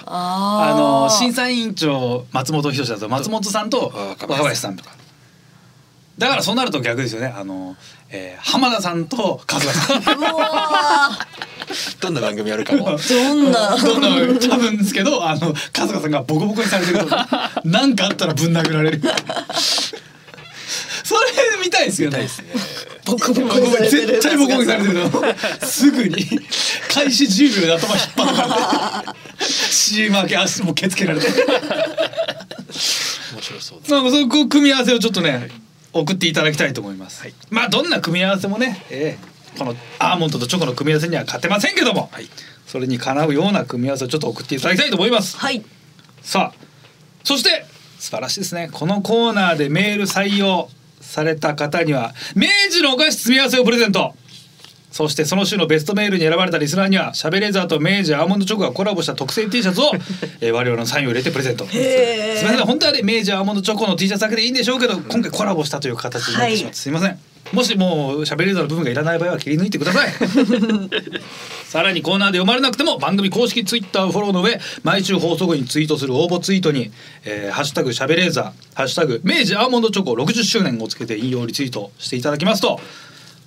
Speaker 2: あ
Speaker 3: あー
Speaker 2: の審査委員長松本人志だと松本さんと
Speaker 4: 若林さ
Speaker 2: 若林さ
Speaker 4: ん
Speaker 2: んとかだからそうなると逆ですよねあの、えー浜田さんと春日さん
Speaker 3: う
Speaker 4: [LAUGHS]
Speaker 3: わ
Speaker 4: どんな番組やる
Speaker 2: [LAUGHS]
Speaker 4: かも。
Speaker 3: ーどんな
Speaker 2: どんな多分ですけどあの春日さんがボコボコにされてると
Speaker 4: [LAUGHS]
Speaker 2: 何かあったらぶん殴られるそれ見たいですけど
Speaker 4: 痛い
Speaker 2: ね
Speaker 4: ですね。
Speaker 2: ボコボコにされてる絶対ボコボコにされてるのすぐに開始10秒で頭引っ張
Speaker 4: [LAUGHS]
Speaker 2: られて CM 明け足も蹴つけられて。
Speaker 4: 面白そうだ。
Speaker 2: なんかそこ組み合わせをちょっとね、送っていただきたいと思います。まあどんな組み合わせもね、ええこのアーモンドとチョコの組み合わせには勝てませんけども、それにかなうような組み合わせをちょっと送っていただきたいと思います。
Speaker 3: はい。
Speaker 2: さあそして素晴らしいですねこのコーナーでメール採用された方には明治のお菓子詰め合わせをプレゼントそしてその週のベストメールに選ばれたリスナーにはシャベレーザーと明治アーモンドチョコがコラボした特製 T シャ [LAUGHS] ツを、えー我々のサインを入れてプレゼントす
Speaker 3: へー
Speaker 2: みません本当はね明治アーモンドチョコの T シャツだけでいいんでしょうけど今回コラボしたという形になってしまって、
Speaker 3: はい
Speaker 2: すみませんもしもうシャベレーザーの部分がいらない場合は切り抜いてください [LAUGHS] さらにコーナーで読まれなくても番組公式ツイッターをフォローの上毎週放送後にツイートする応募ツイートに「えーハッシュタグしゃべれーザー」「ハッシュタグ明治アーモンドチョコ60周年」をつけて引用リツイートしていただきますと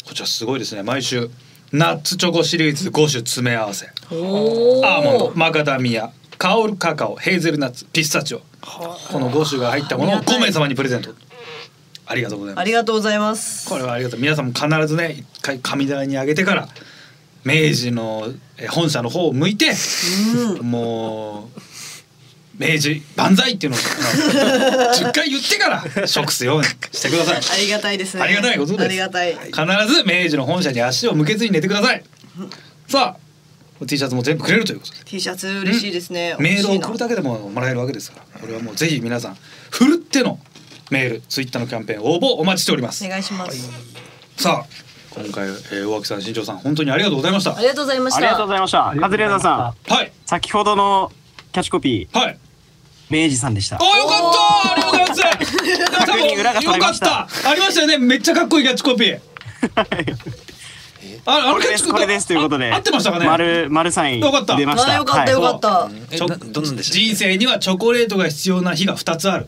Speaker 2: こちらすごいですね毎週ナッツチョコシリーズ5種詰め合わせ
Speaker 3: お
Speaker 2: アーモンドマカダミアカオルカカオヘーゼルナッツピスタチオこの5種が入ったものを5名様にプレゼントありがとうございま
Speaker 3: あ
Speaker 2: す
Speaker 3: りがとうございます。
Speaker 2: これはありがとう皆さんも必ずね一回神棚にあげてから明治のえ本社の方を向いて、もう明治万歳っていうのを10 [LAUGHS] 回言ってから食すようにしてくだ
Speaker 3: [LAUGHS]
Speaker 2: さい
Speaker 7: ありがたいですね
Speaker 2: ありがたいことです
Speaker 7: ありがたい
Speaker 2: 必ず明治の本社に足を向けずに寝てくださいさあ T シャツも全部くれるということで
Speaker 7: T シャツ嬉しいですね
Speaker 2: [LAUGHS] メール
Speaker 7: 欲
Speaker 2: を
Speaker 7: しいな
Speaker 2: 送るだけでももらえるわけですからこれはもうぜひ皆さんふるってのメールツイッターのキャンペーン応募お待ちしております
Speaker 3: お願いします。
Speaker 2: さあ今回、えー、大脇さん新庄さん本当にありがとうございました
Speaker 3: あ
Speaker 2: は
Speaker 3: りがとうございました。
Speaker 5: ありがとうございました。カズレーザーさ
Speaker 2: い
Speaker 5: ん、先ほどのキャッチコピ
Speaker 2: はい
Speaker 5: ー、明治さんでした
Speaker 2: あ。よかったありがとうございます
Speaker 5: [LAUGHS] 逆に裏が取れました
Speaker 2: よかったありましたよねめっちゃかっこいいキャッチコピ
Speaker 5: [LAUGHS]
Speaker 2: ーああ
Speaker 5: こ
Speaker 2: のキ
Speaker 5: れ
Speaker 2: ャッ
Speaker 5: で
Speaker 2: チコピ
Speaker 5: す、
Speaker 2: ー
Speaker 5: これですということで。
Speaker 2: あ合ってましたかね
Speaker 5: 丸、丸サイン
Speaker 2: よかった
Speaker 5: 出まし
Speaker 3: あ
Speaker 5: た。
Speaker 3: よかったよかった。
Speaker 4: え
Speaker 2: ちょ
Speaker 4: などんなんでしたっけ
Speaker 2: 人生にはチョコレートが必要な日が2つある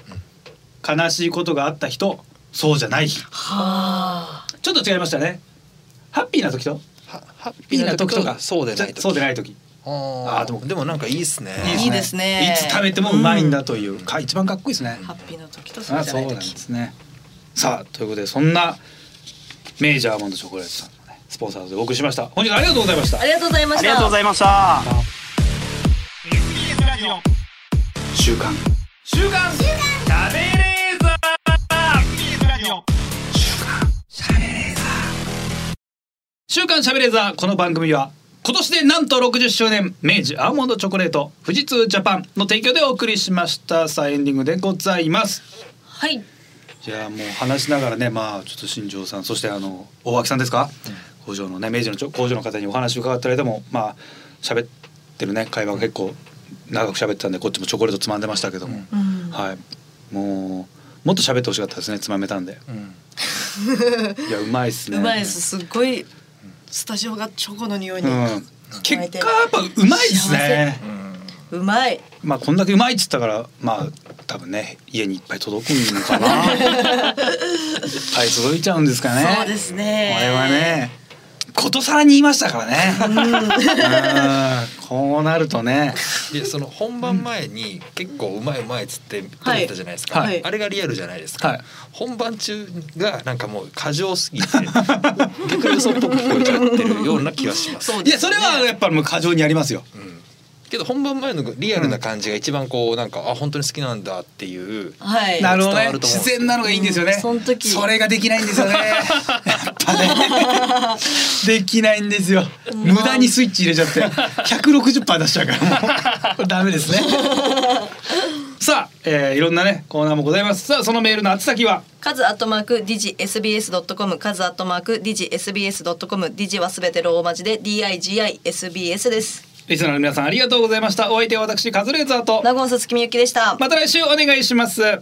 Speaker 2: 悲しいことがあった日とそうじゃない日
Speaker 3: はあ。
Speaker 2: ちょっと違いましたねハッピーな時と
Speaker 4: はハッ
Speaker 2: ピ
Speaker 4: ピ
Speaker 2: ー
Speaker 4: ー
Speaker 2: な
Speaker 4: な
Speaker 2: 時
Speaker 4: 時
Speaker 2: と
Speaker 4: と
Speaker 2: か
Speaker 4: かそうでない時
Speaker 2: そうでない時
Speaker 4: あ
Speaker 2: あー
Speaker 4: あ
Speaker 2: で
Speaker 4: で
Speaker 2: も
Speaker 4: もでもなんかいいですね
Speaker 3: いいですね
Speaker 2: いつ食べてもうまいんだという、か一番かっこいいですね
Speaker 3: ハッピーの時とそう
Speaker 2: あ
Speaker 3: じゃ
Speaker 2: そ
Speaker 3: な
Speaker 2: う
Speaker 3: い
Speaker 2: なんで
Speaker 3: 時。
Speaker 2: すねさあということでそんなメイジャーアーモンドチョコレートさんのねスポンサーでお送りしました本日はありがとうございました
Speaker 3: ありがとうございま
Speaker 5: あ
Speaker 3: し
Speaker 5: りがと
Speaker 3: た
Speaker 5: うご。ざいました。
Speaker 2: 週刊週刊しゃべレーザーこの番組は今年でなんと60周年明治アーモンドチョコレート富士通ジャパンの提供でお送りしましたさあエンディングでございます
Speaker 3: はい。
Speaker 2: いやもう話しながらねまあちょっと新庄さんそしてあの大脇さんですか、工場のね明治のちょ工場の方にお話伺ったりでもまあ喋ってるね会話が結構長く喋ってたんでこっちもチョコレートつまんでましたけども、
Speaker 3: うん。
Speaker 2: はいもうもっと喋ってほしかったですねつまめたんで
Speaker 4: うん
Speaker 2: いやうまいっすね
Speaker 3: うまいです。すっごい。スタジオがチョコの匂いに。
Speaker 2: うん、結果やっぱうまいですね
Speaker 3: うまい。
Speaker 2: まあこんだけうまいっつったからまあ多分ね家にいっぱい届くの
Speaker 3: [LAUGHS]
Speaker 2: かないっぱい届いちゃうんですかね
Speaker 3: そうですね。
Speaker 2: これは。ねことさらに言いましたからねうんこうなるとね
Speaker 4: でその本番前に結構うまいうまいっつって撮
Speaker 7: はい
Speaker 4: ったじゃないですか、
Speaker 7: はい
Speaker 4: あれがリアルじゃないですか、
Speaker 2: はい
Speaker 4: 本番中がなんかもう過剰すぎて逆に嘘っぽく聞こえちゃってるような気がします
Speaker 7: そう
Speaker 2: い
Speaker 7: で
Speaker 2: や
Speaker 7: す
Speaker 2: それはやっぱもう過剰にありますよ
Speaker 4: けど本番前のリアルな感じが一番こうなんかあ本当に好きなんだっていう
Speaker 3: はい。
Speaker 2: なるほど
Speaker 4: 伝
Speaker 2: ね
Speaker 4: わると思うん
Speaker 2: 自
Speaker 4: ですよ
Speaker 2: 然なのがいいんですよね
Speaker 3: うんその時
Speaker 2: それができないんですよ [LAUGHS] ねやっぱ [LAUGHS] ねできないんですよ無駄にスイッチ入れちゃって160%出しちゃうからもう [LAUGHS] これダメですねさあ、えー、いろんなねコーナーもございますさあそのメールの宛先は
Speaker 3: カズアットマークディジ SBS ドットコム、カズアットマークディジ SBS ドットコム、ディジはすべてローマ字で D I G I S B S です。
Speaker 2: リスナーの皆さんありがとうございましたお相手は私カズレーザーと
Speaker 3: 名古屋さつきみゆきでした。
Speaker 2: また来週お願いします。